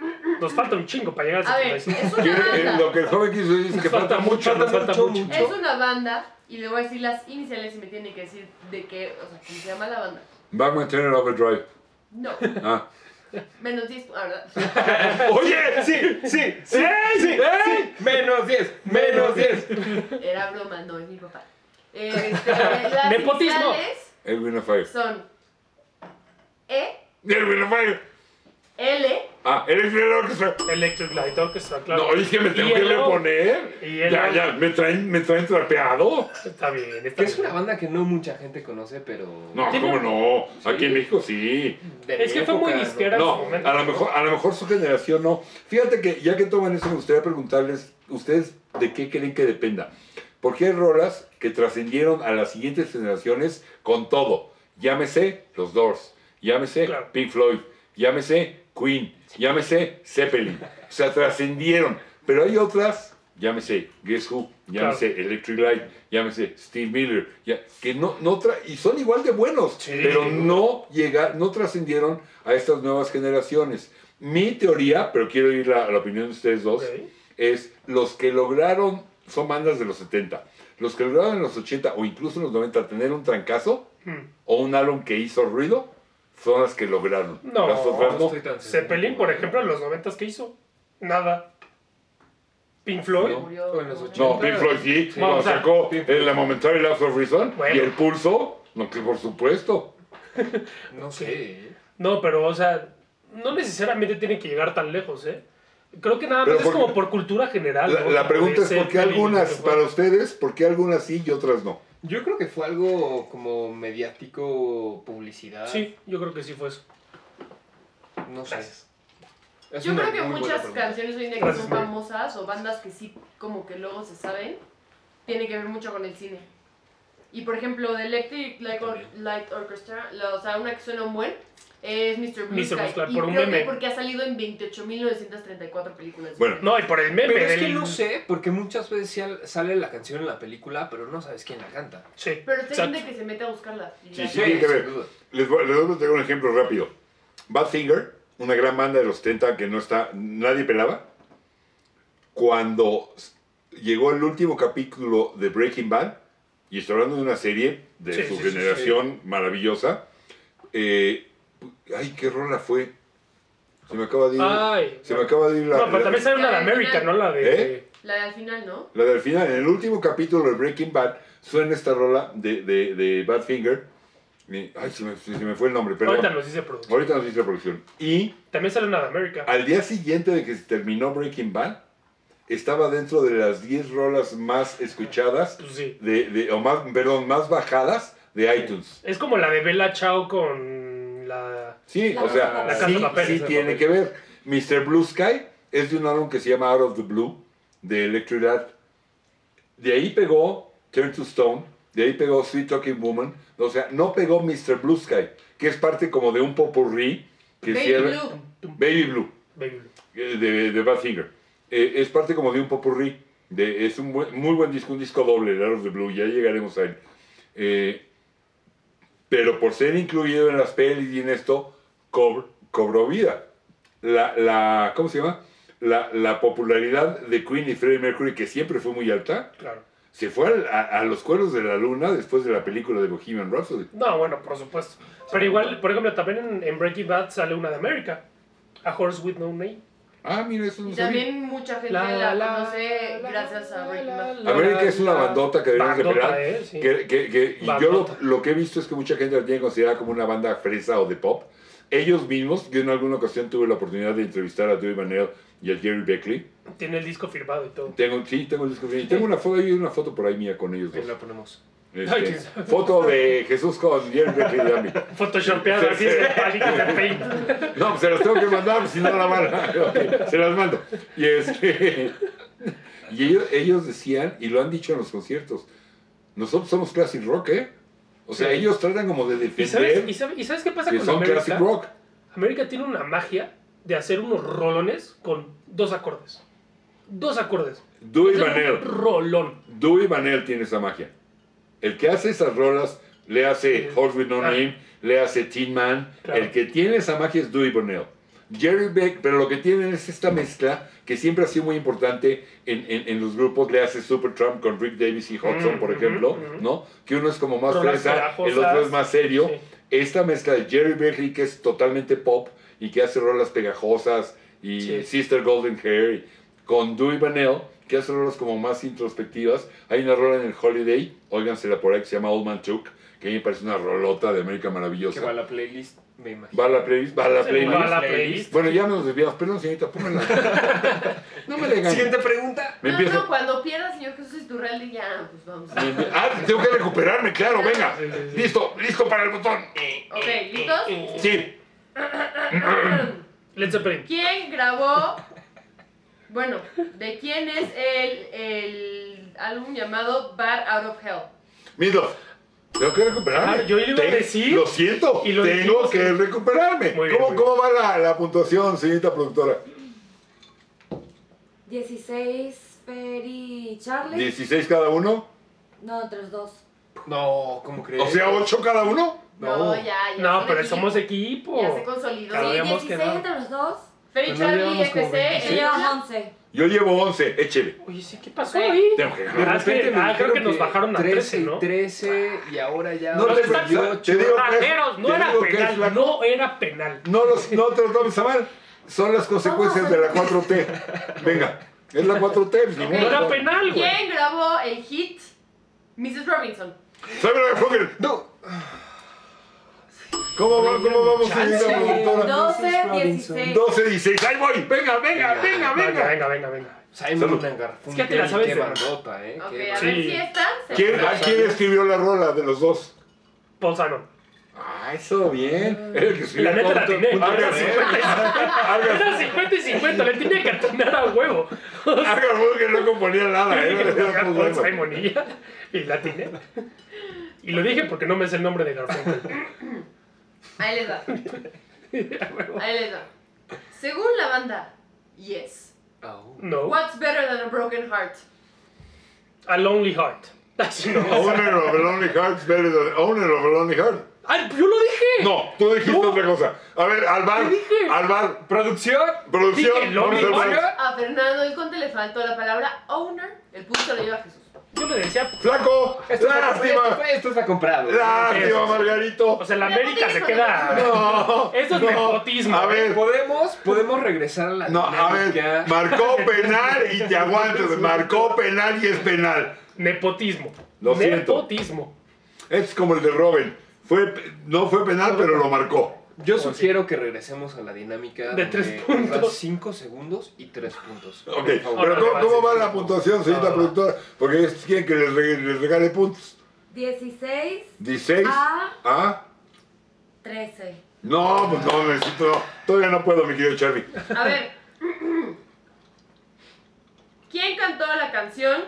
Speaker 2: Nos falta un chingo para llegar
Speaker 3: A
Speaker 2: al
Speaker 3: ver, es
Speaker 2: 75.
Speaker 3: una
Speaker 1: Quiere- eh,
Speaker 3: banda.
Speaker 1: Lo que el joven quiso decir es que falta mucho.
Speaker 2: nos
Speaker 1: ¿no?
Speaker 2: falta
Speaker 4: mucho,
Speaker 2: mucho.
Speaker 4: mucho.
Speaker 3: Es una banda y le voy a decir las iniciales y me tiene que decir de qué, o sea, cómo se llama la banda.
Speaker 1: Batman Turner Overdrive.
Speaker 3: No,
Speaker 1: Ah.
Speaker 3: menos 10, ah, ¿verdad?
Speaker 1: Oye, sí, sí, sí, sí, sí.
Speaker 4: Menos 10, menos 10.
Speaker 3: Era broma, no, es mi papá. Este, las
Speaker 2: Nepotismo.
Speaker 3: iniciales
Speaker 1: Edwin of Fire.
Speaker 3: son E,
Speaker 1: Edwin of Fire.
Speaker 3: L,
Speaker 1: Ah, eres el orquesta.
Speaker 2: Electric Light Orchestra, claro.
Speaker 1: No, es que me tengo que
Speaker 2: Yellow.
Speaker 1: reponer.
Speaker 2: Y el-
Speaker 1: Ya, ya, me traen, me traen trapeado.
Speaker 2: Está bien, está
Speaker 4: Que es una
Speaker 2: bien.
Speaker 4: banda que no mucha gente conoce, pero.
Speaker 1: No,
Speaker 2: Tiene-
Speaker 1: cómo no. Aquí en México sí.
Speaker 4: de
Speaker 2: Es
Speaker 4: mi
Speaker 2: que fue muy
Speaker 4: época, ¿no?
Speaker 2: disquera. en su
Speaker 1: No,
Speaker 2: momento.
Speaker 1: a lo mejor, a lo mejor su generación no. Fíjate que ya que toman eso, me gustaría preguntarles, ¿ustedes de qué creen que dependa? Porque hay rolas que trascendieron a las siguientes generaciones con todo. Llámese los Doors, llámese
Speaker 2: Claro.
Speaker 1: Pink Floyd, llámese Queen, llámese Zeppelin. O sea, trascendieron. Pero hay otras, llámese Guess Who, llámese Electric Light, llámese Steve Miller, ya- que no, no tra- y son igual de buenos,
Speaker 2: Sí.
Speaker 1: pero no llega, no trascendieron a estas nuevas generaciones. Mi teoría, pero quiero oír la, la opinión de ustedes dos,
Speaker 2: Ok.
Speaker 1: es los que lograron, son bandas de los 70, los que lograron en los 80 o incluso en los 90 tener un trancazo
Speaker 2: Hmm.
Speaker 1: o un álbum que hizo ruido, son las que lograron.
Speaker 2: No,
Speaker 1: las otras
Speaker 4: No
Speaker 1: no.
Speaker 4: estoy tan seguro.
Speaker 2: Zeppelin, por ejemplo, en los 90 que hizo? Nada. Pink Floyd.
Speaker 4: Ah, No. O en los
Speaker 1: No,
Speaker 4: 80.
Speaker 1: Pink Floyd sí,
Speaker 4: Sí.
Speaker 1: cuando
Speaker 2: O sea,
Speaker 1: sacó
Speaker 4: Pink
Speaker 1: el la Momentary Lapse of Reason y
Speaker 2: Bueno.
Speaker 1: el Pulso, no que por supuesto.
Speaker 4: No sé. ¿eh?
Speaker 2: No, pero, o sea, no necesariamente tienen que llegar tan lejos, ¿eh? Creo que nada más
Speaker 1: Pero
Speaker 2: es
Speaker 1: por-
Speaker 2: como por cultura general.
Speaker 1: La,
Speaker 2: ¿no?
Speaker 1: la
Speaker 2: Como
Speaker 1: pregunta
Speaker 2: de
Speaker 1: es por qué
Speaker 2: Zeppelin,
Speaker 1: algunas,
Speaker 2: no sé,
Speaker 1: para
Speaker 2: bueno.
Speaker 1: ustedes, por qué algunas sí y otras no.
Speaker 4: Yo creo que fue algo como mediático, publicidad.
Speaker 2: Sí, yo creo que sí fue eso.
Speaker 4: No sé.
Speaker 2: Gracias.
Speaker 4: Es
Speaker 3: Yo
Speaker 4: una
Speaker 3: creo que
Speaker 4: muy buena
Speaker 3: muchas
Speaker 4: pregunta.
Speaker 3: canciones hoy en día que
Speaker 2: Gracias,
Speaker 3: son
Speaker 2: Mario.
Speaker 3: famosas o bandas que sí como que luego se saben, tiene que ver mucho con el cine. Y por ejemplo, de Electric Light, Or- Light Orchestra, la- o sea, una que suena un buen, es Mr. Blue
Speaker 2: Mr.
Speaker 3: Sky.
Speaker 2: Blue Sky,
Speaker 3: y
Speaker 2: por un
Speaker 3: creo que
Speaker 2: meme.
Speaker 3: porque ha salido en 28.934 películas.
Speaker 1: Bueno,
Speaker 2: No, y por el meme
Speaker 4: Pero es
Speaker 2: del-
Speaker 4: que no sé, porque muchas veces sal- sale la canción en la película, pero no sabes quién la canta.
Speaker 2: Sí.
Speaker 3: Pero hay
Speaker 2: exacto.
Speaker 3: gente que se mete a buscarla. y
Speaker 1: Sí,
Speaker 3: la-
Speaker 1: sí, tiene que ver.
Speaker 4: sin duda.
Speaker 1: Les voy, les voy a platicar un ejemplo rápido. Badfinger, una gran banda de los 70 que no está, nadie pelaba. cuando llegó el último capítulo de Breaking Bad, y estoy hablando de una serie de
Speaker 2: Sí,
Speaker 1: su
Speaker 2: sí, sí,
Speaker 1: generación maravillosa. eh, ay, qué rola fue. Se me acaba de ir.
Speaker 2: Ay.
Speaker 1: se me acaba de ir la.
Speaker 2: No, pero
Speaker 1: la-
Speaker 2: también sale una de América, ¿no? La de.
Speaker 1: ¿Eh?
Speaker 3: La de al final, ¿no?
Speaker 1: la del final, en el último capítulo de Breaking Bad, suena esta rola de, de, de Badfinger. Y- Ay, se me, se me fue el nombre, perdón.
Speaker 2: Ahorita nos dice producción.
Speaker 1: Ahorita nos dice la producción. Y
Speaker 2: También sale una de América.
Speaker 1: al día siguiente de que se terminó Breaking Bad, estaba dentro de las 10 rolas más escuchadas,
Speaker 2: Pues sí.
Speaker 1: de, de- o más, perdón, más bajadas de iTunes.
Speaker 2: Es como la de Bella Chao con la.
Speaker 1: Sí,
Speaker 6: La
Speaker 1: o sea,
Speaker 6: Casa de
Speaker 1: sí,
Speaker 2: Papel,
Speaker 1: sí
Speaker 2: Casa de
Speaker 1: tiene
Speaker 2: Papel.
Speaker 1: que ver. Mr. Blue Sky es de un álbum que se llama Out of the Blue, de Electric Light. De ahí pegó Turn to Stone, de ahí pegó Sweet Talking Woman. O sea, no pegó Mr. Blue Sky, que es parte como de un popurrí que
Speaker 3: Baby
Speaker 1: cierra-
Speaker 3: Blue.
Speaker 1: Baby Blue.
Speaker 2: Baby Blue.
Speaker 1: eh, de, de Badfinger. Eh, es parte como de un popurrí. De, es un buen- muy buen disco, un disco doble, el Out of the Blue, ya llegaremos a él. Eh, pero por ser incluido en las pelis y en esto, cob- cobró vida. La, la- ¿cómo se llama? La, la popularidad de Queen y Freddie Mercury, que siempre fue muy alta,
Speaker 2: Claro.
Speaker 1: se fue al- a, a los cueros de la luna después de la película de Bohemian Rhapsody.
Speaker 2: No, bueno, por supuesto. Pero igual, por ejemplo, también en, en Breaking Bad sale una de América. A Horse with No Name.
Speaker 1: Ah, mira, eso no
Speaker 3: Y
Speaker 1: sabía.
Speaker 3: también mucha gente la, conoce gracias a Breaking Bad.
Speaker 1: América es una bandota que debemos
Speaker 2: Bandota,
Speaker 1: repelar.
Speaker 2: eh, sí.
Speaker 1: que, que- que- y yo lo,
Speaker 2: Bandota.
Speaker 1: lo que he visto es que mucha gente la tiene considerada como una banda fresa o de pop. Ellos mismos, yo en alguna ocasión tuve la oportunidad de entrevistar a Dewey Manel y a Jerry Beckley.
Speaker 2: Tiene el disco firmado y todo.
Speaker 1: Tengo, sí, tengo el disco. y Tengo una foto, hay una foto por ahí mía con ellos
Speaker 4: Ahí
Speaker 1: dos.
Speaker 4: la ponemos.
Speaker 1: Este,
Speaker 2: Ay, qué-
Speaker 1: foto de Jesús con Jerry Beckley y a mí.
Speaker 2: Photoshopeado así es que pánico de paint.
Speaker 1: No, pues se las tengo que mandar, si no la van a- Ok, se las mando. Y, este, y ellos, ellos decían, y lo han dicho en los conciertos, nosotros somos classic rock, ¿eh? O sea,
Speaker 2: Sí.
Speaker 1: ellos tratan como de
Speaker 2: ¿Y sabes,
Speaker 1: defender
Speaker 2: y, sabes, ¿Y sabes qué pasa
Speaker 1: que
Speaker 2: con
Speaker 1: son classic
Speaker 2: América?
Speaker 1: rock.
Speaker 2: América tiene una magia de hacer unos rolones con dos acordes. Dos acordes.
Speaker 1: Dewey
Speaker 2: Hacer
Speaker 1: Vanell,
Speaker 2: Un rolón.
Speaker 1: Dewey Vanell tiene esa magia. El que hace esas rolas, le hace Horse With No
Speaker 2: Ah.
Speaker 1: Name, le hace Tin Man.
Speaker 2: Claro.
Speaker 1: El que tiene esa magia es Dewey Vanell. Jerry Beck, pero lo que tienen es esta mezcla que siempre ha sido muy importante en, en- en los grupos. Le hace Supertramp con Rick Davis y Hudson,
Speaker 2: Mm,
Speaker 1: por
Speaker 2: ujú,
Speaker 1: ejemplo,
Speaker 2: ujú.
Speaker 1: ¿no? Que uno es como más
Speaker 2: Rolas
Speaker 1: fresa, el
Speaker 2: pegajosas.
Speaker 1: otro es más serio.
Speaker 2: Sí.
Speaker 1: Esta mezcla de Jerry Beckley, que es totalmente pop y que hace rolas pegajosas, y
Speaker 2: Sí.
Speaker 1: Sister Golden Hair, y- con Dewey Vanell, que hace rolas como más introspectivas. Hay una rola en el Holiday, óigansela por ahí, que se llama Old Man Chook, que a mí me parece una rolota de América
Speaker 4: Que va a
Speaker 1: maravillosa.
Speaker 4: la playlist, me imagino.
Speaker 1: Va a la playlist, va a la
Speaker 2: Sí,
Speaker 1: playlist.
Speaker 2: va a la playlist.
Speaker 1: Bueno, ya nos desviamos, perdón señorita, póngala. No me le engañe.
Speaker 4: Siguiente pregunta.
Speaker 1: Me
Speaker 3: no,
Speaker 1: empiezo-
Speaker 3: no, cuando pierdas, señor Jesús Iturralde, ya, pues vamos.
Speaker 1: me empie- Ah, tengo que recuperarme, claro, venga.
Speaker 2: Sí, sí, sí.
Speaker 1: Listo, listo para el botón.
Speaker 3: Ok, ¿listos?
Speaker 2: Eh,
Speaker 1: Sí,
Speaker 2: Led Zeppelin.
Speaker 3: ¿Quién grabó? Bueno, ¿de quién es el, el álbum llamado Bad Out of Hell?
Speaker 1: Midlof. Tengo que recuperarme.
Speaker 2: Ah, yo iba a
Speaker 1: Ten-
Speaker 2: decir-
Speaker 1: Lo siento,
Speaker 2: y lo
Speaker 1: tengo
Speaker 2: dijimos.
Speaker 1: que recuperarme.
Speaker 2: Muy bien,
Speaker 1: ¿Cómo,
Speaker 2: muy bien.
Speaker 1: ¿Cómo va la, la puntuación, señorita productora?
Speaker 6: 16 Ferry Charlie.
Speaker 1: 16 cada uno.
Speaker 6: No, entre los dos.
Speaker 4: No, ¿cómo
Speaker 2: Eh,
Speaker 4: crees?
Speaker 1: O sea, 8 cada uno.
Speaker 3: No,
Speaker 4: No.
Speaker 3: Ah, ya, ya.
Speaker 2: No,
Speaker 3: son
Speaker 2: pero
Speaker 3: equipo.
Speaker 2: somos equipo.
Speaker 3: Ya se consolidó.
Speaker 2: Claro,
Speaker 6: Sí,
Speaker 2: habíamos
Speaker 6: 16
Speaker 2: quedado.
Speaker 6: entre los dos.
Speaker 3: Ferry
Speaker 4: Pero no
Speaker 3: Charlie,
Speaker 4: llevamos como
Speaker 3: FC,
Speaker 6: Se
Speaker 3: el
Speaker 6: llevan 11.
Speaker 1: Yo llevo 11, échele.
Speaker 2: Oye, sí, ¿qué pasó
Speaker 3: Ok.
Speaker 2: ahí?
Speaker 1: Tengo que
Speaker 4: De
Speaker 1: ganar.
Speaker 2: Ah, es que-
Speaker 4: repente me
Speaker 2: ah, creo
Speaker 4: dijeron
Speaker 2: que nos bajaron a 13, ¿no?
Speaker 4: 13 y ahora ya
Speaker 1: No,
Speaker 2: te-
Speaker 4: 88.
Speaker 1: te digo-
Speaker 2: Rateros,
Speaker 1: Te
Speaker 2: no era
Speaker 1: digo que es la-
Speaker 2: penal. No era penal.
Speaker 1: No, los, no te lo tomes a mal. Son las consecuencias de la 4T. Venga, es la 4T. pues, ni
Speaker 2: No
Speaker 1: modo.
Speaker 2: era penal, güey.
Speaker 3: ¿Quién grabó el hit Mrs. Robinson?
Speaker 1: Sabe lo que fue? No. ¿Cómo, va- cómo vamos, señorita productora?
Speaker 6: 12,
Speaker 4: Robinson.
Speaker 3: eh.
Speaker 6: 16.
Speaker 1: 12, 16. Ahí voy. Venga, venga, venga,
Speaker 2: Venga,
Speaker 1: venga.
Speaker 2: venga, venga, venga.
Speaker 4: Simon
Speaker 1: Salud.
Speaker 4: Garfunkel,
Speaker 2: Es que te la sabes
Speaker 4: qué
Speaker 2: de-
Speaker 4: bandota, ¿eh?
Speaker 3: Ok,
Speaker 4: Qué
Speaker 3: a
Speaker 4: bandota.
Speaker 3: ver
Speaker 2: Sí.
Speaker 3: si esta se-
Speaker 1: ¿Quién, ¿A quién escribió la rola de los dos?
Speaker 2: Paul Simon.
Speaker 1: Ah, eso bien. Era el que escribió
Speaker 2: La neta la
Speaker 1: todo-
Speaker 2: tiene.
Speaker 1: todo-
Speaker 2: Era
Speaker 1: Argas-
Speaker 2: 50 y-
Speaker 1: Argas-
Speaker 2: era 50 y 50. Le tenía que atinar a huevo.
Speaker 1: Argas Burger Ah, no componía nada. ¿eh?
Speaker 2: Tenía que
Speaker 1: Era
Speaker 2: jugar
Speaker 1: era
Speaker 2: con
Speaker 1: problema.
Speaker 2: Simon y ya. Y la atiné. Y lo dije porque no me sé el nombre de Garfunkel.
Speaker 3: Ahí les va. Ahí les va. Según la banda, Yes.
Speaker 4: Au.
Speaker 2: No.
Speaker 3: What's better than a broken heart?
Speaker 2: A Lonely Heart. Así no.
Speaker 1: Owner of a Lonely Heart's better than Owner of a Lonely Heart.
Speaker 2: ¡Ay, Ah, yo lo dije!
Speaker 1: No, tú dijiste
Speaker 2: No.
Speaker 1: otra cosa. A ver, al bar.
Speaker 2: ¿Qué dije?
Speaker 1: Al bar.
Speaker 4: Producción.
Speaker 1: Producción.
Speaker 2: Dije lo
Speaker 1: vamos a
Speaker 2: mismo.
Speaker 1: ver.
Speaker 3: A Fernando el Conde le faltó la palabra owner. El punto lo lleva a Jesús.
Speaker 2: Yo le decía,
Speaker 1: Flaco,
Speaker 4: Esto está, esto,
Speaker 1: lástima.
Speaker 4: fue- esto está comprado.
Speaker 1: Lástima, Margarito.
Speaker 2: o sea, la
Speaker 3: Ya
Speaker 2: América
Speaker 3: no
Speaker 2: se
Speaker 3: tienes
Speaker 2: queda.
Speaker 1: No.
Speaker 2: Eso es
Speaker 1: no.
Speaker 2: nepotismo. eh.
Speaker 1: A ver.
Speaker 4: Podemos, podemos regresar a la
Speaker 1: No, a
Speaker 4: dinámica.
Speaker 1: ver, marcó penal y te aguantas. Marcó penal y es penal.
Speaker 2: Nepotismo.
Speaker 1: Lo siento.
Speaker 2: Nepotismo.
Speaker 1: Este Es como el de Robin. Fue, pe- no fue penal, pero lo marcó.
Speaker 4: Yo sugiero que regresemos a la dinámica
Speaker 2: De tres
Speaker 4: donde
Speaker 2: puntos.
Speaker 4: das Cinco segundos y tres puntos.
Speaker 1: Ok,
Speaker 4: Por favor.
Speaker 1: pero ¿cómo,
Speaker 2: Ahora,
Speaker 1: cómo va
Speaker 2: sí.
Speaker 1: la puntuación, señorita
Speaker 4: Ah.
Speaker 1: productora? Porque ellos quieren que les, reg- les regale puntos.
Speaker 6: 16,
Speaker 1: 16.
Speaker 6: Ah.
Speaker 1: Ah.
Speaker 6: 13.
Speaker 1: No, pues no, necesito. no. Todavía no puedo, mi querido Charlie.
Speaker 3: A ver. ¿Quién cantó la canción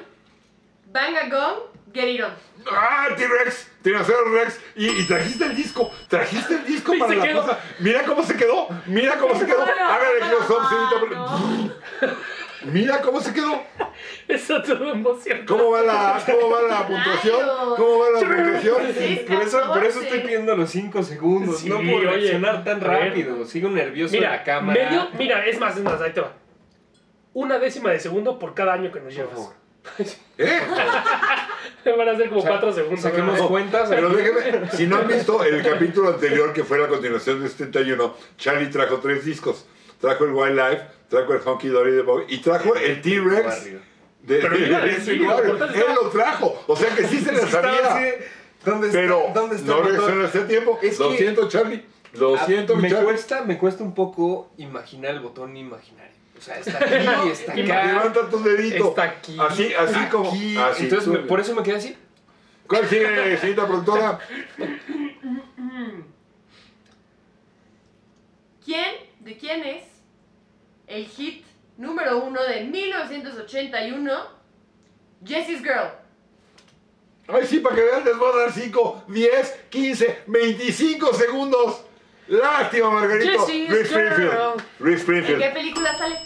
Speaker 3: Bang a Gong, Get It On?
Speaker 1: ¡Ah, T-Rex! Tiracero Rex. Y, y trajiste el disco. Trajiste el disco
Speaker 2: Y
Speaker 1: para
Speaker 2: se
Speaker 1: la
Speaker 2: quedó.
Speaker 1: cosa. Mira cómo se quedó. Mira cómo se quedó. Hágale close up, señorita. produ- Mira cómo se quedó.
Speaker 2: Eso todo emoción.
Speaker 1: ¿Cómo va la, cómo va la puntuación? ¿Cómo va la puntuación?
Speaker 3: Sí.
Speaker 4: Por eso, por eso
Speaker 3: 14.
Speaker 4: estoy pidiendo los cinco segundos.
Speaker 2: Sí,
Speaker 4: no puedo
Speaker 2: oye,
Speaker 4: reaccionar tan
Speaker 2: a ver.
Speaker 4: rápido. Sigo nervioso en la
Speaker 2: Mira,
Speaker 4: cámara.
Speaker 2: medio, mira, es más, es más, ahí te va. Una décima de segundo por cada año que nos
Speaker 4: Por
Speaker 2: llevas.
Speaker 4: favor.
Speaker 1: ¿Eh?
Speaker 2: Van a ser como
Speaker 4: O sea,
Speaker 2: cuatro segundos.
Speaker 4: Saquemos
Speaker 2: ¿verdad?
Speaker 4: cuentas.
Speaker 1: Pero déjeme, si no han visto el capítulo anterior que fue la continuación de 71, Charlie trajo tres discos. Trajo el Wildlife, trajo el Honky Dory de Bob y trajo el T-Rex.
Speaker 4: Barrio.
Speaker 1: de-
Speaker 2: Pero iba a
Speaker 1: de-
Speaker 2: decir,
Speaker 1: de-
Speaker 2: ahorita
Speaker 1: Él lo trajo, o sea que sí se le
Speaker 4: Estaba así
Speaker 1: sabía.
Speaker 4: de, ¿Dónde está?
Speaker 1: Pero
Speaker 4: ¿Dónde está?
Speaker 1: no
Speaker 4: el
Speaker 1: regresó
Speaker 4: botón?
Speaker 1: en ese tiempo.
Speaker 4: Es
Speaker 1: Lo
Speaker 4: que-
Speaker 1: siento, Charlie. Lo
Speaker 4: Ah,
Speaker 1: siento, mi
Speaker 4: me
Speaker 1: Charlie.
Speaker 4: cuesta, me cuesta un poco imaginar el botón imaginario. O sea, está aquí, está
Speaker 2: Y me
Speaker 4: acá.
Speaker 1: Levanta tu dedito.
Speaker 2: Está aquí.
Speaker 1: Así, así como. ah,
Speaker 4: aquí.
Speaker 1: así.
Speaker 4: Entonces, me- por eso me quedé así.
Speaker 1: ¿Cuál sigue, señorita productora?
Speaker 3: ¿Quién, de quién es el hit número uno de 1981? Jessie's Girl.
Speaker 1: Ay, sí, para que vean, les voy a dar 5, 10, 15, 25 segundos. Lástima, Margarito.
Speaker 5: Jessie is
Speaker 1: Reese Springfield.
Speaker 5: girl.
Speaker 1: Reese
Speaker 3: ¿En qué
Speaker 1: Springfield.
Speaker 3: película sale?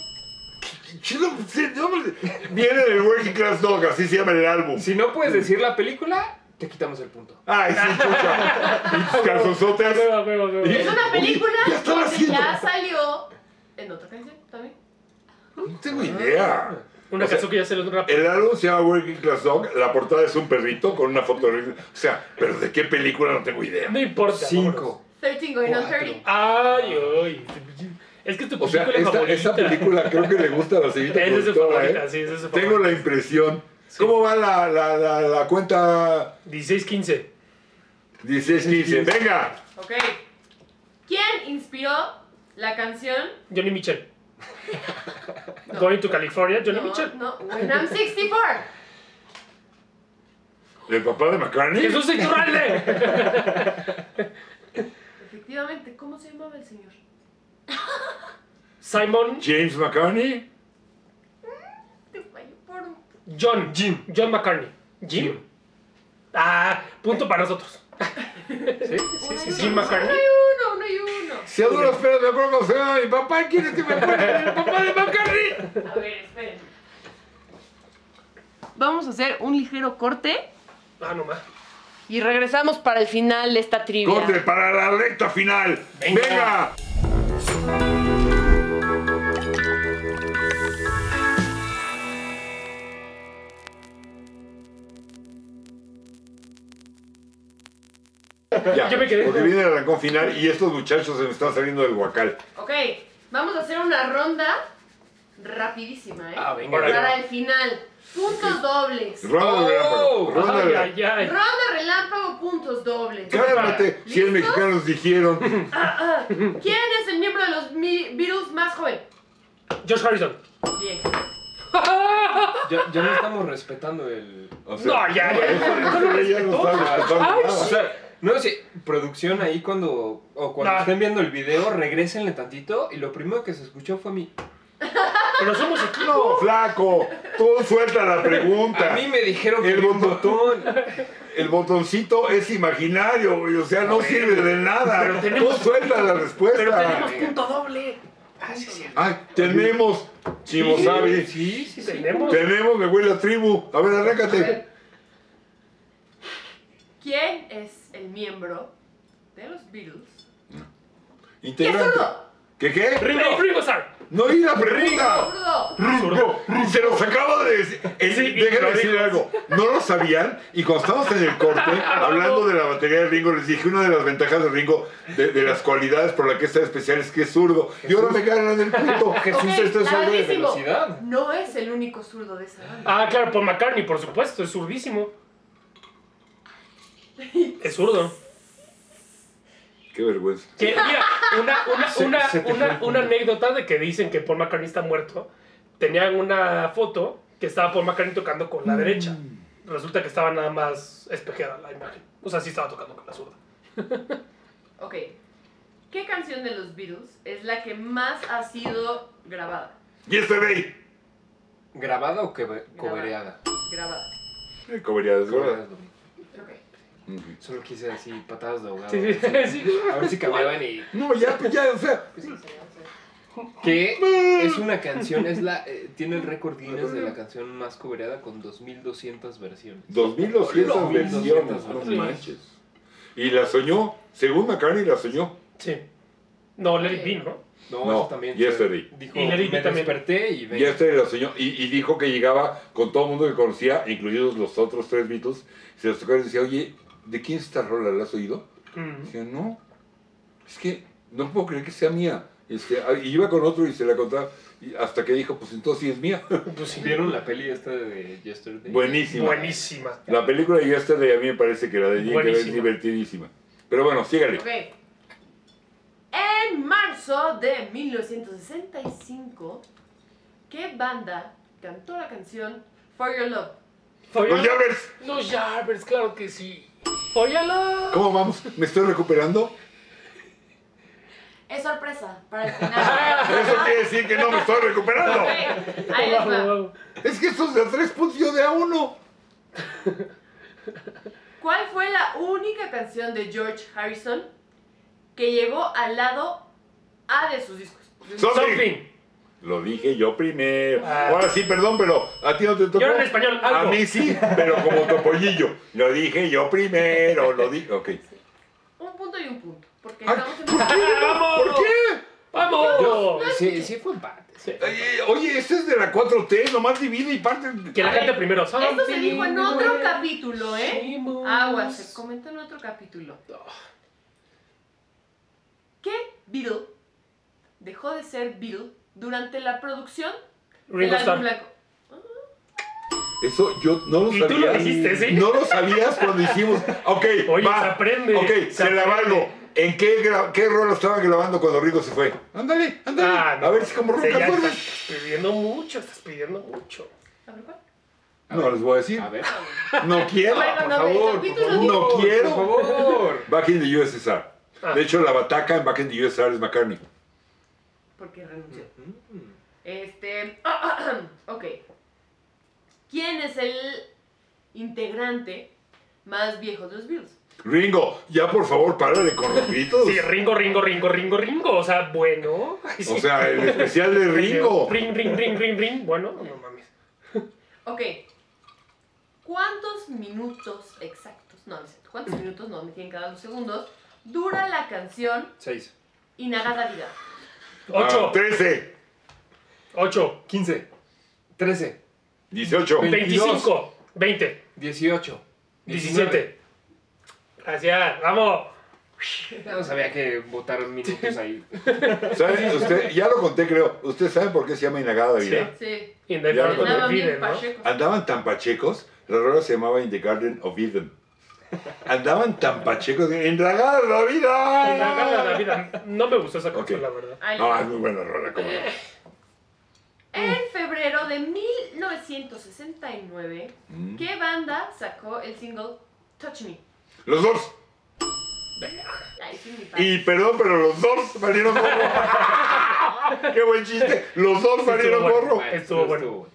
Speaker 1: Chido, sí, no, hombre. Viene del Working Class Dog, así se llama el álbum.
Speaker 4: Si no puedes decir la película, te quitamos el punto.
Speaker 1: Ay, sí, chucha. Y tus calzonzotes.
Speaker 2: Hueva, hueva, hueva.
Speaker 1: Y-
Speaker 3: Es una
Speaker 1: Oye,
Speaker 3: película
Speaker 1: ya estaba
Speaker 3: donde
Speaker 1: haciendo.
Speaker 3: ya salió en otra canción también.
Speaker 1: No tengo idea.
Speaker 2: Una
Speaker 1: O sea, eh,
Speaker 2: canción que ya se los rápido.
Speaker 1: El álbum se llama Working Class Dog. La portada es un perrito con una foto. de- O sea, pero de qué película no tengo idea.
Speaker 2: No importa. vámonos.
Speaker 4: Cinco.
Speaker 3: 13 Going on
Speaker 4: Cuatro.
Speaker 3: 30.
Speaker 2: Ay, ay. Es que es tu
Speaker 1: O sea,
Speaker 2: película
Speaker 1: esta,
Speaker 2: favorita.
Speaker 1: esta película creo que le gusta a la señorita
Speaker 2: Esa es su
Speaker 1: productora,
Speaker 2: favorita,
Speaker 1: ¿eh?
Speaker 2: sí, esa es su
Speaker 1: Tengo la
Speaker 2: favorita.
Speaker 1: impresión. ¿Cómo va la, la, la, la cuenta
Speaker 2: 16-15.
Speaker 1: 16-15? ¡Venga!
Speaker 3: Ok. ¿Quién inspiró la canción?
Speaker 2: Johnny Mitchell. Going to California, Johnny
Speaker 3: no,
Speaker 2: Mitchell.
Speaker 3: no, When I'm 64.
Speaker 1: ¿El papá de McCartney?
Speaker 2: ¡Jesús Iturralde!
Speaker 3: Efectivamente, ¿cómo se llamaba el señor?
Speaker 2: Simon
Speaker 1: ¿James McCartney?
Speaker 3: Te falló por un-
Speaker 2: John. Jim. John McCartney. Jim. Ah, punto para nosotros.
Speaker 4: ¿Sí? Sí, sí, sí.
Speaker 2: Jim
Speaker 3: Uno
Speaker 2: McCartney.
Speaker 3: y uno, uno y uno.
Speaker 1: Si a duras penas me acuerdo, o sea, mi papá quiere que me ponga el papá
Speaker 2: Ah,
Speaker 1: de McCartney.
Speaker 3: A ver, esperen. Vamos a hacer un ligero corte
Speaker 2: Ah, no más.
Speaker 3: y regresamos para el final de esta trivia.
Speaker 1: Corte para la recta final.
Speaker 2: Venga.
Speaker 1: ¡Venga! Ya,
Speaker 2: Yo me quedé.
Speaker 1: porque viene el arrancón final y estos muchachos se me están saliendo del huacal.
Speaker 3: Ok, vamos a hacer una ronda rapidísima, ¿eh?
Speaker 4: Ah, venga.
Speaker 1: Órale.
Speaker 3: para el final. Puntos dobles.
Speaker 1: Ronda de relámpago.
Speaker 4: Oh,
Speaker 1: Ronda
Speaker 2: Ay,
Speaker 1: de
Speaker 2: ay, ay.
Speaker 3: Ronda relámpago, puntos dobles.
Speaker 1: Cálmate, si el
Speaker 3: ¿Listos?
Speaker 1: mexicano nos dijeron.
Speaker 3: Ah, ah. ¿Quién es el miembro de los mi- Beatles más joven?
Speaker 2: Josh Harrison.
Speaker 3: Bien.
Speaker 4: Ya, ya no estamos respetando el.
Speaker 1: O sea,
Speaker 2: No, ya, ya,
Speaker 1: eso-
Speaker 2: ya,
Speaker 1: eso
Speaker 2: no lo
Speaker 1: ya no
Speaker 2: respetó.
Speaker 1: está respetando
Speaker 2: Ay,
Speaker 1: nada.
Speaker 4: O sea, no sé, producción ahí cuando. O cuando
Speaker 2: No.
Speaker 4: estén viendo el video, regrésenle tantito. Y lo primero que se escuchó fue mi.
Speaker 2: Pero somos equipo.
Speaker 1: No, flaco, tú suelta la pregunta.
Speaker 4: A mí me dijeron que
Speaker 1: El
Speaker 4: era un
Speaker 1: botón.
Speaker 4: botón.
Speaker 1: El botoncito es imaginario, güey, o sea, no sirve de nada.
Speaker 2: Pero tenemos-
Speaker 1: Tú suelta la respuesta.
Speaker 2: Pero tenemos punto doble.
Speaker 1: Ay, tenemos, Chimo sabe.
Speaker 4: Sí, sí, sí.
Speaker 2: Tenemos.
Speaker 1: Tenemos, me huele a tribu. A ver,
Speaker 3: A ver.
Speaker 1: arráncate.
Speaker 3: ¿Quién es el miembro de los Beatles.
Speaker 1: Integrante.
Speaker 3: zurdo?
Speaker 1: ¿Qué qué?
Speaker 2: Ringo, Ringo Starr.
Speaker 1: No oí la pregunta.
Speaker 3: ¡Zurdo!
Speaker 1: Ringo, se los acabo de decir. Eh,
Speaker 2: Sí,
Speaker 1: déjenme
Speaker 2: lo
Speaker 1: decir
Speaker 2: dijo.
Speaker 1: algo. No lo sabían y cuando estábamos en el corte, hablando de la batería de Ringo, les dije una de las ventajas de Ringo, de, de las cualidades por la que está especial es que es zurdo. Y ahora me ganan el punto.
Speaker 4: Jesús,
Speaker 3: Ok,
Speaker 4: esto es algo de
Speaker 3: larguísimo.
Speaker 4: velocidad.
Speaker 3: No es el único zurdo de esa banda.
Speaker 2: Ah, claro, Paul McCartney, por supuesto, es zurdísimo. Es zurdo.
Speaker 1: Qué vergüenza.
Speaker 2: Que, mira, una, una,
Speaker 4: Se-
Speaker 2: una,
Speaker 4: se te
Speaker 2: una-
Speaker 4: fue el
Speaker 2: una
Speaker 4: punto.
Speaker 2: anécdota de que dicen que Paul McCartney está muerto. Tenían una foto que estaba Paul McCartney tocando
Speaker 1: Mm.
Speaker 2: con la derecha. Resulta que estaba nada más espejeada la imagen. O sea, sí estaba tocando con la zurda.
Speaker 3: Ok. ¿Qué canción de los Beatles es la que más ha sido grabada?
Speaker 1: Yesterday.
Speaker 4: ¿Grabada o que- cobereada?
Speaker 3: Grabada.
Speaker 1: Eh, Comería desgorda.
Speaker 4: Cobereadas, güey.
Speaker 3: Ok.
Speaker 1: Ujú.
Speaker 4: Solo quise así, patadas de ahogado.
Speaker 2: Sí, sí, sí.
Speaker 4: A ver si cambiaban y...
Speaker 1: No, ya, pues ya, o sea.
Speaker 4: Que es una canción, es la, eh, tiene el récord Guinness de la canción más cobereada con 2200 versiones.
Speaker 1: 2200 versiones, no
Speaker 4: Sí.
Speaker 1: manches. Y la soñó, según McCartney la soñó.
Speaker 2: Sí. No, Let It Be, ¿no?
Speaker 4: No,
Speaker 1: No,
Speaker 4: eso también.
Speaker 1: Yesterday.
Speaker 4: Dijo,
Speaker 2: Y Let It Be
Speaker 4: me
Speaker 2: también.
Speaker 4: desperté y
Speaker 1: Y
Speaker 4: venga.
Speaker 1: este la soñó y, y dijo que llegaba con todo el mundo que conocía, incluidos los otros tres Beatles, y se los tocaba y decía, oye, ¿de quién es esta rola? ¿La has oído?
Speaker 2: Mm.
Speaker 1: Decía, no, es que no puedo creer que sea mía. Este, ah, y iba con otro y se la contaba, y hasta que dijo, pues entonces sí es mía.
Speaker 2: Pues sí.
Speaker 4: ¿Vieron la peli esta de Yesterday?
Speaker 1: Buenísima.
Speaker 2: Buenísima.
Speaker 1: La película de Yesterday a mí me parece que la de Jim Carrey es
Speaker 2: Buenísima.
Speaker 1: divertidísima. Pero bueno, sígale.
Speaker 3: Ok. En marzo de 1965, ¿qué banda cantó la canción For Your Love?
Speaker 2: For
Speaker 1: Los
Speaker 2: your-
Speaker 1: Yardbirds,
Speaker 2: Los Yardbirds, claro que sí. For your love.
Speaker 1: ¿cómo vamos? ¿Me estoy recuperando?
Speaker 6: Es sorpresa para el final.
Speaker 1: Eso
Speaker 2: Ah.
Speaker 1: quiere decir que no me estoy recuperando.
Speaker 3: Ok, ahí les va.
Speaker 1: Es que estos de a tres puntos yo de a uno.
Speaker 3: ¿Cuál fue la única canción de George Harrison que llegó al lado A de sus discos?
Speaker 1: Something.
Speaker 2: Something.
Speaker 1: Lo dije yo primero.
Speaker 2: Ah.
Speaker 1: Ahora sí, perdón, pero a ti no te tocó.
Speaker 2: Yo era en español,
Speaker 1: A
Speaker 2: algo.
Speaker 1: mí sí, pero como topollillo. Lo dije yo primero, lo dije. Ok.
Speaker 3: Un punto y un punto. Porque
Speaker 1: Ay,
Speaker 3: estamos
Speaker 1: ¿Por qué?
Speaker 3: en...
Speaker 1: ¿Por qué?
Speaker 2: ¡Vamos!
Speaker 4: Sí, sí fue empate.
Speaker 2: Sí.
Speaker 1: Oye, Oye, este es de la 4T, nomás divide y parte. Ah,
Speaker 2: Que la gente primero. "Ah,
Speaker 3: Esto se dijo en otro
Speaker 2: Something
Speaker 3: capítulo, ¿eh?
Speaker 2: Seguimos.
Speaker 3: Aguas, se comentó en otro capítulo. ¿Qué Beatle dejó de ser Beatle durante la producción del
Speaker 2: Ringo
Speaker 3: álbum
Speaker 2: Starr.
Speaker 3: blanco?
Speaker 1: Eso yo no lo
Speaker 2: Y
Speaker 1: sabía.
Speaker 2: tú lo dijiste, ¿sí?
Speaker 1: No lo sabías cuando hicimos. Ok,
Speaker 2: Oye,
Speaker 1: va.
Speaker 2: se aprende,
Speaker 1: Ok,
Speaker 2: se
Speaker 1: se, la
Speaker 2: aprende.
Speaker 1: valgo. ¿En qué, gra- qué rol estaban grabando cuando Rico se fue? Ándale, ándale.
Speaker 2: Ah, no.
Speaker 1: A ver si como
Speaker 2: Sí,
Speaker 1: Roca
Speaker 2: ya
Speaker 1: acuerdas.
Speaker 2: estás pidiendo mucho, estás pidiendo mucho.
Speaker 3: A ver, ¿cuál?
Speaker 1: No les voy a decir.
Speaker 4: A ver.
Speaker 2: Ah.
Speaker 1: No quiero.
Speaker 3: Bueno,
Speaker 4: por
Speaker 3: no, el
Speaker 4: favor,
Speaker 3: capítulo
Speaker 4: por favor,
Speaker 1: No quiero.
Speaker 4: Por favor.
Speaker 1: Back in the USSR.
Speaker 2: Ah.
Speaker 1: De hecho, la bataca en Back in the USSR es McCartney.
Speaker 3: Porque renunció.
Speaker 1: Mm-hmm.
Speaker 3: Este. ok. ¿Quién es el integrante más viejo de los Beatles?
Speaker 1: Ringo, ya por favor, párale con los gritos.
Speaker 2: Sí, Ringo, Ringo, Ringo, Ringo, Ringo. O sea, bueno.
Speaker 1: o sea, el especial de Ringo.
Speaker 2: Ring, ring, ring, ring, ring. Bueno, no mames.
Speaker 3: Ok. ¿Cuántos minutos exactos? No, no sé. ¿Cuántos minutos? No, me tienen cada dos segundos. Dura la canción
Speaker 4: Seis.
Speaker 3: Inagada Vida.
Speaker 2: Ocho,
Speaker 1: Ah, 13,
Speaker 2: ocho,
Speaker 4: 15. 13.
Speaker 1: 18.
Speaker 4: Ve- 22.
Speaker 2: veinticinco, veinte,
Speaker 4: 18.
Speaker 2: diecisiete. Gracias, vamos.
Speaker 4: No sabía que votaron minutos ahí.
Speaker 1: ¿Saben? Usted, ya lo conté, creo. ¿Ustedes saben por qué se llama Inagada Vida?
Speaker 3: Sí.
Speaker 2: Y en el
Speaker 1: Ya lo
Speaker 2: cuarto
Speaker 1: conté.
Speaker 3: Nada
Speaker 2: de
Speaker 3: bien
Speaker 2: Fide, ¿no?
Speaker 3: Pacheco.
Speaker 1: Andaban tan pachecos, la rola se llamaba In the Garden of Eden. Andaban tan pachecos, ¡Inagada la vida!
Speaker 2: En la gala de la vida. No me gustó esa canción,
Speaker 1: Ok.
Speaker 2: la verdad.
Speaker 3: Ahí
Speaker 1: No,
Speaker 3: va.
Speaker 1: es muy buena rola, cómo no.
Speaker 3: En febrero de 1969,
Speaker 1: Mm.
Speaker 3: ¿qué banda sacó el single Touch Me?
Speaker 1: Los dos.
Speaker 3: Ay, sí, mi padre.
Speaker 1: Y perdón, pero los dos salieron gorro. ¡Qué buen chiste! Los dos salieron
Speaker 2: estuvo
Speaker 1: gorro.
Speaker 4: Bueno,
Speaker 2: Estuvo bueno.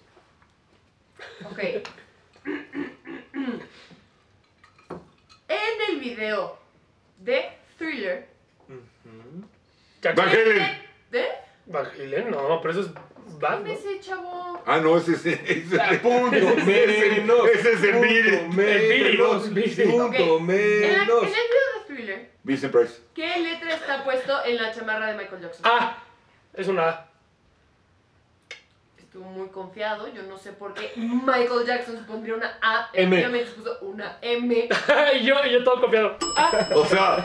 Speaker 3: Ok. en el video de Thriller.
Speaker 2: Ya-
Speaker 1: Van Halen.
Speaker 3: ¿De?
Speaker 2: Van Halen, no, pero eso es Bad,
Speaker 3: Dame
Speaker 2: ¿no?
Speaker 3: ese chavo.
Speaker 1: Ah, no, ese es ese es-
Speaker 4: Ah, Punto
Speaker 1: ese es el-
Speaker 4: menos.
Speaker 1: ese es el
Speaker 4: punto
Speaker 1: Billy.
Speaker 4: menos,
Speaker 2: El Eh, Billy, los Billy.
Speaker 4: Punto
Speaker 3: En, la- en el
Speaker 4: menos.
Speaker 3: video de Thriller,
Speaker 1: Vincent Price.
Speaker 3: ¿qué letra está puesto en la chamarra de Michael Jackson?
Speaker 2: Ah, es una A.
Speaker 3: Estuvo muy confiado, yo no sé por qué Michael Jackson se pondría una A,
Speaker 2: M.
Speaker 3: efectivamente se puso una M.
Speaker 2: y yo, y yo todo confiado.
Speaker 1: O sea,
Speaker 6: Estaba
Speaker 1: ¿por